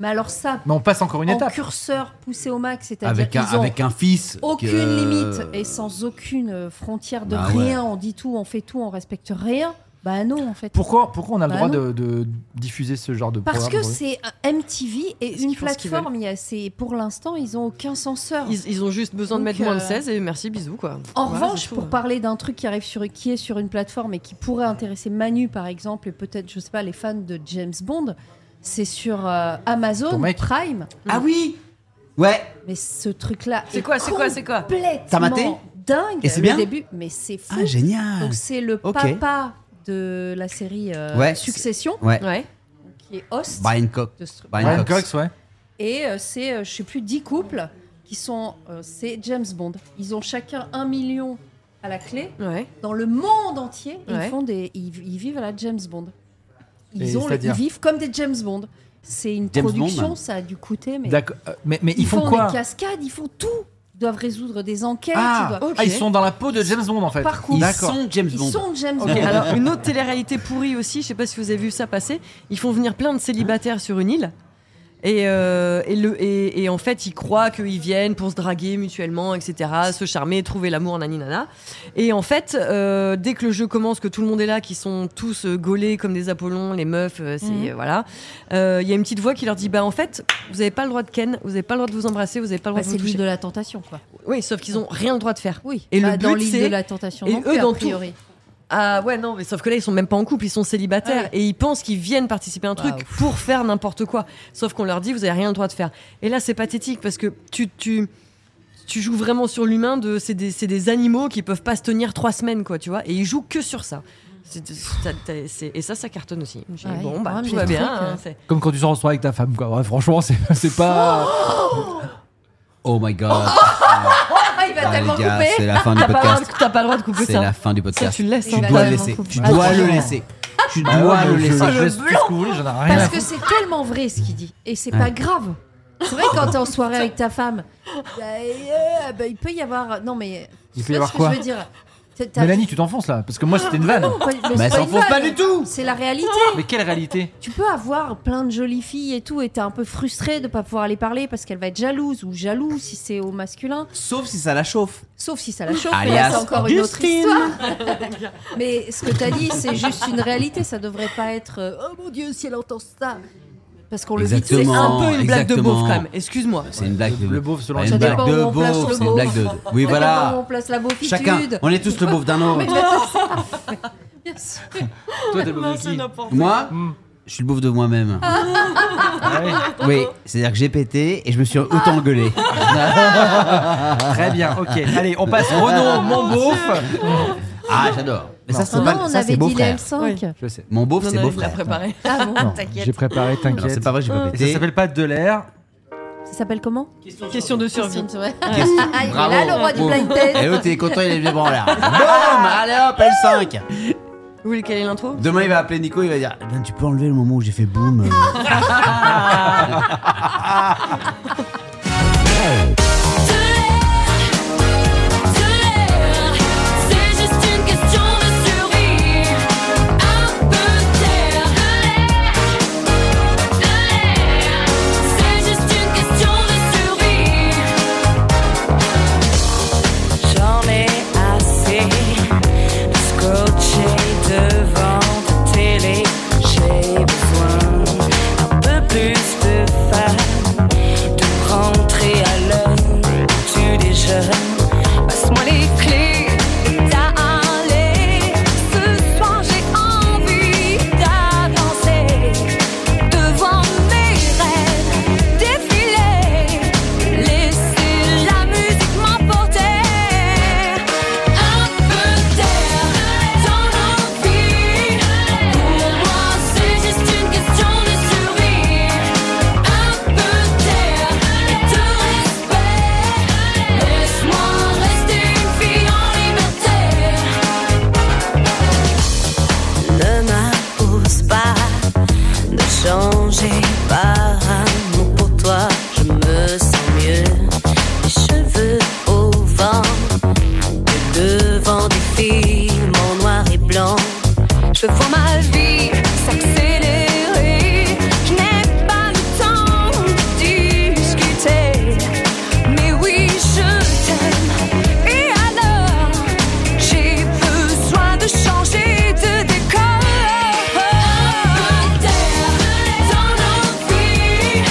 [SPEAKER 7] Mais alors ça,
[SPEAKER 2] Mais on passe encore une
[SPEAKER 7] en
[SPEAKER 2] étape.
[SPEAKER 7] curseur poussé au max, c'est-à-dire
[SPEAKER 1] Avec un,
[SPEAKER 7] qu'ils ont
[SPEAKER 1] avec un fils.
[SPEAKER 7] aucune
[SPEAKER 1] que-
[SPEAKER 7] limite et sans aucune euh, frontière de
[SPEAKER 1] Bah ouais.
[SPEAKER 7] rien, on dit tout, on fait tout, on respecte rien. Bah non, en fait.
[SPEAKER 2] Pourquoi, pourquoi on a le
[SPEAKER 7] Bah
[SPEAKER 2] droit
[SPEAKER 7] non.
[SPEAKER 2] de, de diffuser ce genre de
[SPEAKER 7] Parce que
[SPEAKER 2] programme
[SPEAKER 7] c'est un MTV et
[SPEAKER 5] Parce
[SPEAKER 7] une
[SPEAKER 5] qu'ils font ce qu'ils
[SPEAKER 7] plateforme. il y a- c'est- Pour l'instant, ils ont aucun censeur.
[SPEAKER 5] Ils, ils ont juste besoin de
[SPEAKER 7] Donc,
[SPEAKER 5] mettre moins de
[SPEAKER 7] euh,
[SPEAKER 5] 16 et merci, bisous quoi.
[SPEAKER 7] En
[SPEAKER 5] Voilà, c'est
[SPEAKER 7] revanche,
[SPEAKER 5] tout, hein.
[SPEAKER 7] pour
[SPEAKER 5] ouais.
[SPEAKER 7] parler d'un truc qui arrive sur qui est sur une plateforme et qui pourrait intéresser Manu par exemple et peut-être je sais pas les fans de James Bond, c'est sur euh,
[SPEAKER 2] Ton
[SPEAKER 7] Amazon
[SPEAKER 2] mec.
[SPEAKER 7] Prime.
[SPEAKER 1] Ah oui Ouais,
[SPEAKER 7] Mais ce truc là,
[SPEAKER 5] C'est quoi, c'est quoi, c'est quoi
[SPEAKER 1] T'as maté
[SPEAKER 7] Complètement dingue.
[SPEAKER 1] Et c'est
[SPEAKER 7] le
[SPEAKER 1] bien
[SPEAKER 7] début, mais c'est fou.
[SPEAKER 1] ah génial
[SPEAKER 7] Donc c'est le
[SPEAKER 1] Ok.
[SPEAKER 7] papa de la série euh,
[SPEAKER 1] Ouais,
[SPEAKER 7] Succession
[SPEAKER 1] Ouais,
[SPEAKER 5] Ouais.
[SPEAKER 7] qui est host
[SPEAKER 1] Brian Cox.
[SPEAKER 7] de ce truc.
[SPEAKER 1] Brian
[SPEAKER 2] Brian
[SPEAKER 1] Cox.
[SPEAKER 2] Cox, ouais.
[SPEAKER 7] Et euh, c'est, euh, je sais plus, 10 couples qui sont. euh, c'est James Bond. Ils ont chacun un million à la clé
[SPEAKER 5] Ouais.
[SPEAKER 7] dans le monde entier.
[SPEAKER 5] Ouais.
[SPEAKER 7] Ils, font des, ils, ils vivent à la James Bond. Ils,
[SPEAKER 2] Et
[SPEAKER 7] ont, le-
[SPEAKER 2] c'est-à-dire
[SPEAKER 7] ils vivent comme des James Bond. C'est une
[SPEAKER 1] James
[SPEAKER 7] production,
[SPEAKER 1] Bond.
[SPEAKER 7] ça a dû coûter, mais
[SPEAKER 2] D'accord. Euh, Mais, mais ils, font,
[SPEAKER 7] font
[SPEAKER 2] quoi
[SPEAKER 7] des cascades, ils font tout. Ils doivent résoudre des enquêtes. ils,
[SPEAKER 2] ah,
[SPEAKER 7] doivent-
[SPEAKER 2] ah, ils sont dans la peau de James Bond, en fait.
[SPEAKER 7] Par contre,
[SPEAKER 1] Ils
[SPEAKER 2] D'accord.
[SPEAKER 1] sont James
[SPEAKER 7] ils
[SPEAKER 1] Bond.
[SPEAKER 7] sont James
[SPEAKER 2] Ok.
[SPEAKER 7] Bond. Bah,
[SPEAKER 5] Alors, une autre télé-réalité pourrie aussi, je sais pas si vous avez vu ça passer, ils font venir plein de célibataires sur une île. Et, euh, et, le, et, et en fait, ils croient qu'ils viennent pour se draguer mutuellement, etc., se charmer, trouver l'amour, naninana. Et en fait, euh, dès que le jeu commence, que tout le monde est là, qu'ils sont tous euh, gaulés comme des Apollons, les meufs, euh, c'est
[SPEAKER 7] Mhm.
[SPEAKER 5] euh, voilà. Euh, Il y a une petite voix qui leur dit Bah, en fait, vous n'avez pas le droit de ken, vous n'avez pas le droit de vous embrasser, vous n'avez pas le droit
[SPEAKER 7] Bah,
[SPEAKER 5] de vous
[SPEAKER 7] c'est
[SPEAKER 5] toucher.
[SPEAKER 7] l'île de la tentation, quoi.
[SPEAKER 5] Oui, sauf qu'ils n'ont rien le droit de faire.
[SPEAKER 7] Oui.
[SPEAKER 5] Et
[SPEAKER 7] Et
[SPEAKER 5] le
[SPEAKER 7] dans
[SPEAKER 5] but,
[SPEAKER 7] l'île de
[SPEAKER 5] c'est-
[SPEAKER 7] la tentation.
[SPEAKER 5] et
[SPEAKER 7] non
[SPEAKER 5] eux,
[SPEAKER 7] plus, a
[SPEAKER 5] dans tout.
[SPEAKER 7] priori.
[SPEAKER 5] Ah ouais, non, mais sauf que là, ils sont même pas en couple, ils sont célibataires. Et ils pensent qu'ils viennent participer à un truc
[SPEAKER 7] Waouh.
[SPEAKER 5] pour faire n'importe quoi. Sauf qu'on leur dit, vous avez rien le droit de faire. Et là, c'est pathétique parce que tu. tu tu joues vraiment sur l'humain de c'est des, c'est des animaux qui peuvent pas se tenir trois semaines quoi tu vois et ils jouent que sur ça C'est- ça- t'as- c'est- et ça ça cartonne aussi J'ai dit,
[SPEAKER 7] Ouais,
[SPEAKER 5] bon
[SPEAKER 7] quand
[SPEAKER 5] bah
[SPEAKER 7] même,
[SPEAKER 5] tout
[SPEAKER 7] les
[SPEAKER 5] va bien
[SPEAKER 7] trucs,
[SPEAKER 5] hein,
[SPEAKER 7] euh.
[SPEAKER 5] c'est-
[SPEAKER 2] Comme quand tu sors en soirée avec ta femme, quoi. Ouais, franchement, c'est *laughs* c'est pas.
[SPEAKER 1] Oh my god.
[SPEAKER 7] Ah, il va
[SPEAKER 1] Ah, les
[SPEAKER 7] tellement Ah, bah,
[SPEAKER 1] gars,
[SPEAKER 7] couper.
[SPEAKER 1] c'est la fin du
[SPEAKER 5] t'as pas, le droit
[SPEAKER 1] podcast.
[SPEAKER 5] de- t'as pas le droit de couper
[SPEAKER 1] C'est
[SPEAKER 5] ça
[SPEAKER 1] la fin du
[SPEAKER 5] ça
[SPEAKER 1] podcast.
[SPEAKER 5] tu le laisses
[SPEAKER 1] Tu
[SPEAKER 5] hein.
[SPEAKER 1] dois le
[SPEAKER 7] Ah, non,
[SPEAKER 1] laisser.
[SPEAKER 7] coupe.
[SPEAKER 1] Tu
[SPEAKER 7] Ah,
[SPEAKER 1] dois
[SPEAKER 7] non.
[SPEAKER 1] le laisser. Tu dois
[SPEAKER 2] Ah Ouais,
[SPEAKER 1] le
[SPEAKER 2] je-
[SPEAKER 1] laisser.
[SPEAKER 2] Je laisse tout ce que vous voulez, j'en ai rien à
[SPEAKER 7] Parce que c'est tellement vrai ce qu'il dit. Et c'est pas
[SPEAKER 1] Ouais.
[SPEAKER 7] grave. C'est vrai, quand t'es en soirée avec ta femme, bah, euh, bah, il peut y avoir. Non, mais.
[SPEAKER 2] Il
[SPEAKER 7] tu
[SPEAKER 2] peut y
[SPEAKER 7] vois
[SPEAKER 2] avoir
[SPEAKER 7] ce que
[SPEAKER 2] quoi
[SPEAKER 7] je veux dire T'as- t'as-
[SPEAKER 2] Mélanie, tu t'enfonces là, parce que moi c'était une vanne.
[SPEAKER 7] Non, pas- mais
[SPEAKER 1] Ah Mais
[SPEAKER 7] c'est
[SPEAKER 1] elle
[SPEAKER 7] pas une
[SPEAKER 1] s'enfonce pas
[SPEAKER 7] vanne.
[SPEAKER 1] du tout.
[SPEAKER 7] C'est la réalité.
[SPEAKER 2] Mais quelle réalité
[SPEAKER 7] Tu peux avoir plein de jolies filles et tout, et t'es un peu frustré de pas pouvoir les parler parce qu'elle va être jalouse ou jaloux si c'est au masculin.
[SPEAKER 1] Sauf si ça la chauffe.
[SPEAKER 7] Sauf si ça la chauffe, mais
[SPEAKER 1] Alias
[SPEAKER 7] là, c'est encore une autre histoire. mais ce que t'as dit, c'est juste une réalité. Ça devrait pas être euh, oh mon dieu, si elle entend ça. Parce qu'on le vit tous.
[SPEAKER 5] c'est un
[SPEAKER 1] Exactement,
[SPEAKER 5] peu une blague de
[SPEAKER 1] exactement.
[SPEAKER 5] beauf quand même excuse-moi
[SPEAKER 1] C'est une blague de
[SPEAKER 2] Le beauf selon
[SPEAKER 1] Bah,
[SPEAKER 2] la
[SPEAKER 1] une
[SPEAKER 7] Ça
[SPEAKER 1] blague
[SPEAKER 7] dépend
[SPEAKER 1] de
[SPEAKER 7] où on place
[SPEAKER 1] beauf.
[SPEAKER 7] le
[SPEAKER 1] C'est une
[SPEAKER 7] beauf.
[SPEAKER 1] blague de. Oui,
[SPEAKER 7] Ça dépend où
[SPEAKER 1] voilà.
[SPEAKER 7] On place la beaufitude.
[SPEAKER 1] Chacun. On est tous le beauf d'un
[SPEAKER 7] Mais
[SPEAKER 1] autre.
[SPEAKER 7] bah, c'est ça. Bien sûr.
[SPEAKER 2] Toi, t'es pas qui
[SPEAKER 1] Moi,
[SPEAKER 2] Hmm.
[SPEAKER 7] Mm.
[SPEAKER 1] je suis le beauf de moi-même.
[SPEAKER 2] Ah ouais. *laughs*
[SPEAKER 1] Oui, c'est-à-dire que j'ai pété et je me
[SPEAKER 7] Ah.
[SPEAKER 1] suis autant engueulé.
[SPEAKER 2] Très bien, ok. Allez, on passe Renaud, mon beauf.
[SPEAKER 1] Ah, j'adore. Mais ça, c'est
[SPEAKER 7] Non,
[SPEAKER 1] pas.
[SPEAKER 7] on
[SPEAKER 1] ça,
[SPEAKER 7] avait
[SPEAKER 1] c'est beau
[SPEAKER 7] dit
[SPEAKER 1] frère.
[SPEAKER 7] l'L5.
[SPEAKER 2] Je sais.
[SPEAKER 1] Mon beauf,
[SPEAKER 5] Non,
[SPEAKER 1] c'est
[SPEAKER 5] non,
[SPEAKER 1] beau
[SPEAKER 5] il l'a
[SPEAKER 1] frère.
[SPEAKER 5] préparé
[SPEAKER 7] Ah bon
[SPEAKER 2] J'ai préparé,
[SPEAKER 1] Alors,
[SPEAKER 2] t'inquiète.
[SPEAKER 1] c'est pas vrai, j'ai pas
[SPEAKER 2] Et Mm. ça
[SPEAKER 1] pété.
[SPEAKER 2] s'appelle pas de l'air.
[SPEAKER 7] Ça s'appelle comment
[SPEAKER 5] question de survie
[SPEAKER 7] Question de- Ah, il est là, le roi du
[SPEAKER 1] Bravo.
[SPEAKER 7] blind test.
[SPEAKER 1] Et l'autre, il est content, il est les bras en l'air. *laughs* Boum Allez hop, L5
[SPEAKER 5] vous voulez caler l'intro
[SPEAKER 1] Demain, il va appeler Nico, il va dire Eh ben, Tu peux enlever le moment où j'ai fait boum euh.
[SPEAKER 9] C'est juste une question de survie. Un peu d'air, de l'air, de l'air. C'est juste une question de survie. J'en ai assez de scotcher devant la télé. J'ai besoin un peu plus de femmes, de rentrer à l'heure. Tu déjeures. Passe-moi les clés d'aller. Ce soir, j'ai envie d'avancer devant mes rêves défiler. Laisser la musique m'emporter. Un peu d'air dans nos vies. Pour moi, c'est juste une question de survie. Un peu d'air et de respect. Laisse-moi rester une fille en liberté. Ne m'appose pas de changer par amour pour toi. Je me sens mieux, les cheveux au vent, que devant des films en noir et blanc. Je vois ma vie s'accélérer. Je n'ai pas le temps de discuter. Mais oui, je t'aime. Et alors, j'ai besoin de changer de décor. Un peu d'air dans nos vies.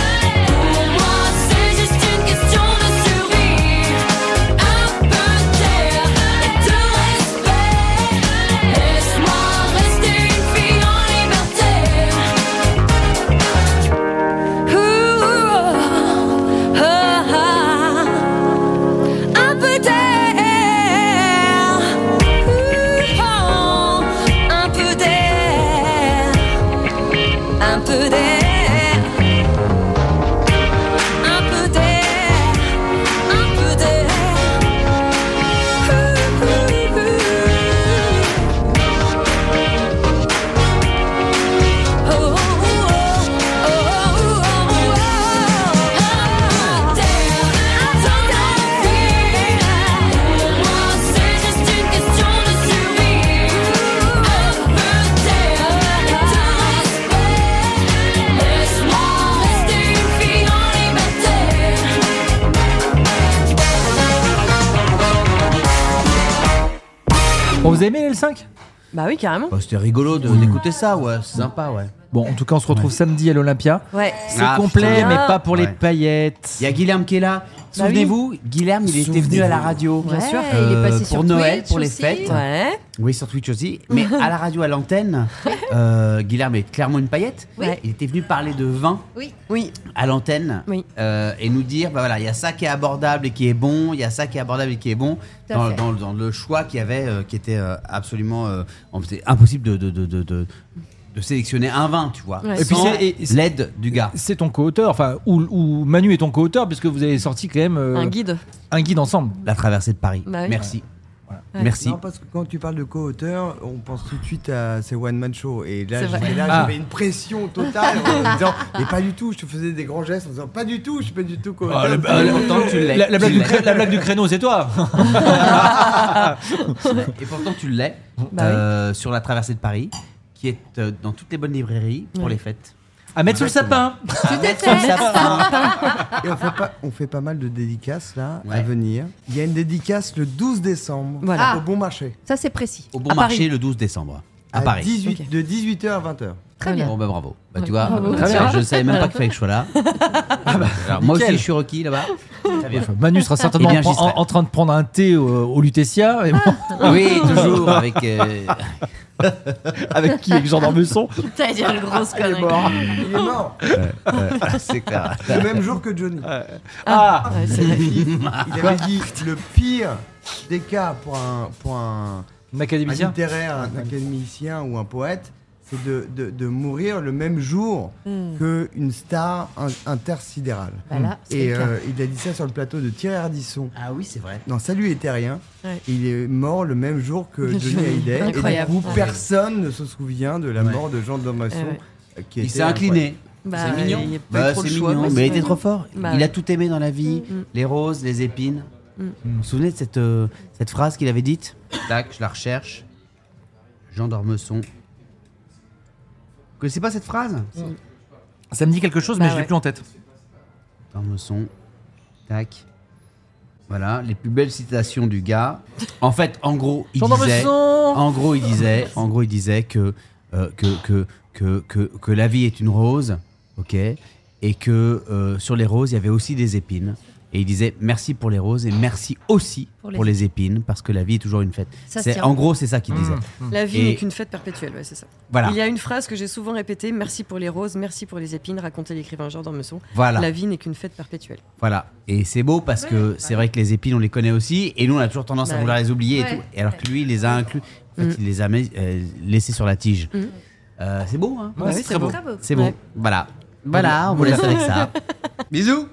[SPEAKER 2] vous aimez L5
[SPEAKER 5] Bah oui, carrément.
[SPEAKER 1] Bah, C'était rigolo de- d'écouter ça, ouais, c'est sympa, ouais.
[SPEAKER 2] Bon, en tout cas, on se retrouve samedi à l'Olympia.
[SPEAKER 5] Ouais.
[SPEAKER 2] C'est
[SPEAKER 1] Ah,
[SPEAKER 2] complet,
[SPEAKER 1] putain.
[SPEAKER 2] mais pas pour les
[SPEAKER 1] Ouais.
[SPEAKER 2] paillettes.
[SPEAKER 1] Il y a Guilherme qui est là.
[SPEAKER 5] Bah oui.
[SPEAKER 1] Souvenez-vous, Guilherme, il était venu à la radio.
[SPEAKER 5] Bien sûr.
[SPEAKER 7] Ouais, il est passé
[SPEAKER 1] Euh,
[SPEAKER 7] sur
[SPEAKER 1] pour Noël,
[SPEAKER 7] Twitch
[SPEAKER 1] pour les
[SPEAKER 7] aussi.
[SPEAKER 1] fêtes.
[SPEAKER 5] Ouais.
[SPEAKER 1] Oui, sur Twitch aussi. Mais à la radio, à l'antenne, euh, Guilherme est clairement une paillette.
[SPEAKER 5] Oui.
[SPEAKER 1] Il était venu parler de vin
[SPEAKER 7] Oui.
[SPEAKER 5] Oui.
[SPEAKER 1] à l'antenne
[SPEAKER 5] Oui.
[SPEAKER 1] euh, et nous dire bah voilà, il y a ça qui est abordable et qui est bon, il y a ça qui est abordable et qui est bon.
[SPEAKER 7] Tout à
[SPEAKER 1] Dans,
[SPEAKER 7] fait.
[SPEAKER 1] dans- dans le choix qu'il y avait, euh, qui était euh, absolument euh, c'était impossible de, de, de, de, de- de sélectionner un vin, tu vois.
[SPEAKER 5] Ouais.
[SPEAKER 2] Et puis
[SPEAKER 1] sans
[SPEAKER 2] c'est- et- et-
[SPEAKER 1] l'aide du gars.
[SPEAKER 2] C'est ton co-auteur, enfin, ou, ou Manu est ton co-auteur, puisque vous avez sorti quand même euh,
[SPEAKER 5] Un guide.
[SPEAKER 2] un guide ensemble.
[SPEAKER 1] La traversée de Paris.
[SPEAKER 5] Bah oui.
[SPEAKER 1] Merci.
[SPEAKER 5] Ouais.
[SPEAKER 1] Merci.
[SPEAKER 10] Non, parce que quand tu parles de co-auteur, on pense tout de suite à ces one-man show. Et là,
[SPEAKER 5] C'est vrai.
[SPEAKER 10] j'étais là,
[SPEAKER 2] Ah.
[SPEAKER 10] j'avais une pression totale en me disant, mais pas du tout, je te faisais des grands gestes en disant, pas du tout, je suis pas du tout co-auteur.
[SPEAKER 1] Euh, pourtant, tu l'es.
[SPEAKER 2] Oh, La, la
[SPEAKER 1] Tu
[SPEAKER 2] blague, du
[SPEAKER 1] l'es.
[SPEAKER 2] cré- la blague du créneau, c'est toi
[SPEAKER 1] Et pourtant, tu l'es
[SPEAKER 5] Bah
[SPEAKER 1] euh, sur la traversée de Paris, qui est euh, dans toutes les bonnes librairies pour les fêtes.
[SPEAKER 2] À mettre sous le sapin
[SPEAKER 1] À mettre sur le sapin.
[SPEAKER 10] Et on fait, pas, on fait pas mal de dédicaces là à
[SPEAKER 1] Ouais.
[SPEAKER 10] venir. Il y a une dédicace le 12 décembre
[SPEAKER 5] Voilà.
[SPEAKER 10] au Bon Marché.
[SPEAKER 7] Ça, c'est précis.
[SPEAKER 1] Au bon
[SPEAKER 5] À
[SPEAKER 1] marché
[SPEAKER 5] Paris.
[SPEAKER 1] le 12 décembre. À, Paris.
[SPEAKER 10] 18,
[SPEAKER 5] Ok.
[SPEAKER 10] De 18h à 20h.
[SPEAKER 7] Très bien.
[SPEAKER 1] Bon, bah bravo. Bah, tu
[SPEAKER 5] Ouais.
[SPEAKER 1] vois,
[SPEAKER 5] Bravo.
[SPEAKER 1] euh,
[SPEAKER 5] Très
[SPEAKER 1] tu
[SPEAKER 5] bien.
[SPEAKER 1] vois, je ne savais même pas qu'il fallait que je sois
[SPEAKER 5] *laughs*
[SPEAKER 1] là. Ah bah, Alors, moi aussi,
[SPEAKER 2] Nickel.
[SPEAKER 1] je suis requis là-bas. Très bien.
[SPEAKER 2] Manu sera certainement
[SPEAKER 1] Et bien,
[SPEAKER 2] en,
[SPEAKER 1] j'y serai.
[SPEAKER 2] en- en train de prendre un thé au, au Lutetia. Et bon,
[SPEAKER 5] Ah. *laughs*
[SPEAKER 1] Oui, toujours avec. euh,
[SPEAKER 2] *laughs*
[SPEAKER 1] *laughs*
[SPEAKER 2] avec qui Avec Jean d'Ormesson
[SPEAKER 5] Putain, Ah, il y a le *laughs* gros
[SPEAKER 10] Il est mort. Il est mort.
[SPEAKER 1] c'est clair.
[SPEAKER 10] Le même jour que Johnny.
[SPEAKER 2] Ah
[SPEAKER 10] Il avait dit le pire des cas pour un, pour un,
[SPEAKER 2] Un
[SPEAKER 10] un
[SPEAKER 2] académicien
[SPEAKER 10] littéraire, un académicien ou un poète, c'est de, de- de mourir le même jour
[SPEAKER 5] Hmm.
[SPEAKER 10] qu'une star in- intersidérale.
[SPEAKER 5] Bah
[SPEAKER 7] Voilà, c'est
[SPEAKER 10] Et
[SPEAKER 7] le cas.
[SPEAKER 10] euh, il a dit ça sur le plateau de Thierry Ardisson.
[SPEAKER 1] Ah oui, c'est vrai.
[SPEAKER 10] Non, Salut et Terrien.
[SPEAKER 5] Ouais.
[SPEAKER 10] Il est mort le même jour
[SPEAKER 5] *laughs*
[SPEAKER 10] que Johnny Hallyday.
[SPEAKER 5] Incroyable.
[SPEAKER 10] Et du coup, personne ne se souvient de la
[SPEAKER 1] Ouais.
[SPEAKER 10] mort de Jean Dormasson.
[SPEAKER 5] Ouais, ouais.
[SPEAKER 10] euh, qui
[SPEAKER 1] Il
[SPEAKER 10] était
[SPEAKER 1] s'est
[SPEAKER 10] un poète.
[SPEAKER 1] incliné.
[SPEAKER 5] Bah,
[SPEAKER 1] c'est mignon.
[SPEAKER 5] il y a pas eu
[SPEAKER 1] Bah,
[SPEAKER 5] trop
[SPEAKER 1] c'est
[SPEAKER 5] le choix,
[SPEAKER 1] mignon.
[SPEAKER 5] ouais,
[SPEAKER 1] Mais il était
[SPEAKER 5] c'est vrai.
[SPEAKER 1] trop fort.
[SPEAKER 5] Bah,
[SPEAKER 1] il
[SPEAKER 5] ouais.
[SPEAKER 1] a tout aimé dans la vie
[SPEAKER 5] Mm.
[SPEAKER 1] les roses, les épines. Vous vous souvenez de cette, euh, cette phrase qu'il avait dite Tac, je la recherche. Jean d'Ormesson. Vous connaissez pas cette phrase
[SPEAKER 2] Ça me dit quelque chose, mais
[SPEAKER 5] Bah
[SPEAKER 2] je l'ai
[SPEAKER 5] ouais.
[SPEAKER 2] plus en tête.
[SPEAKER 1] Dormesson. Tac. Voilà, les plus belles citations du gars. En fait, en gros, il
[SPEAKER 2] Jean
[SPEAKER 1] disait.
[SPEAKER 2] d'Ormesson
[SPEAKER 1] En gros, il disait, en gros, il disait que, euh, que, que, que, que, que la vie est une rose, ok, et que euh, sur les roses, il y avait aussi des épines. Et il disait merci pour les roses et merci aussi pour
[SPEAKER 7] Pour
[SPEAKER 1] les,
[SPEAKER 7] les
[SPEAKER 1] épines parce que la vie est toujours une fête.
[SPEAKER 7] Ça se
[SPEAKER 1] C'est
[SPEAKER 7] tient.
[SPEAKER 1] en gros c'est ça qu'il disait.
[SPEAKER 5] La vie
[SPEAKER 1] Et-
[SPEAKER 5] n'est qu'une fête perpétuelle, ouais, c'est ça.
[SPEAKER 1] Voilà,
[SPEAKER 5] Mmh. Il y a une phrase que j'ai souvent répétée merci pour les roses, merci pour les épines, racontait l'écrivain Jean d'Ormesson.
[SPEAKER 1] voilà,
[SPEAKER 5] La vie n'est qu'une fête perpétuelle.
[SPEAKER 1] voilà. Et c'est beau parce que c'est vrai que les épines on les connaît aussi et nous on a toujours tendance à
[SPEAKER 5] Bah
[SPEAKER 1] vouloir les oublier et
[SPEAKER 7] Ouais.
[SPEAKER 1] tout. Et alors que lui il les a inclus, en fait,
[SPEAKER 5] Mm.
[SPEAKER 1] il les a mis- euh, laissés sur la tige. Euh, c'est beau, hein
[SPEAKER 5] Bah oui, c'est beau.
[SPEAKER 7] Bravo.
[SPEAKER 1] C'est bon.
[SPEAKER 5] Ouais.
[SPEAKER 1] Voilà. Voilà, on vous laisse avec ça. *laughs* Bisous.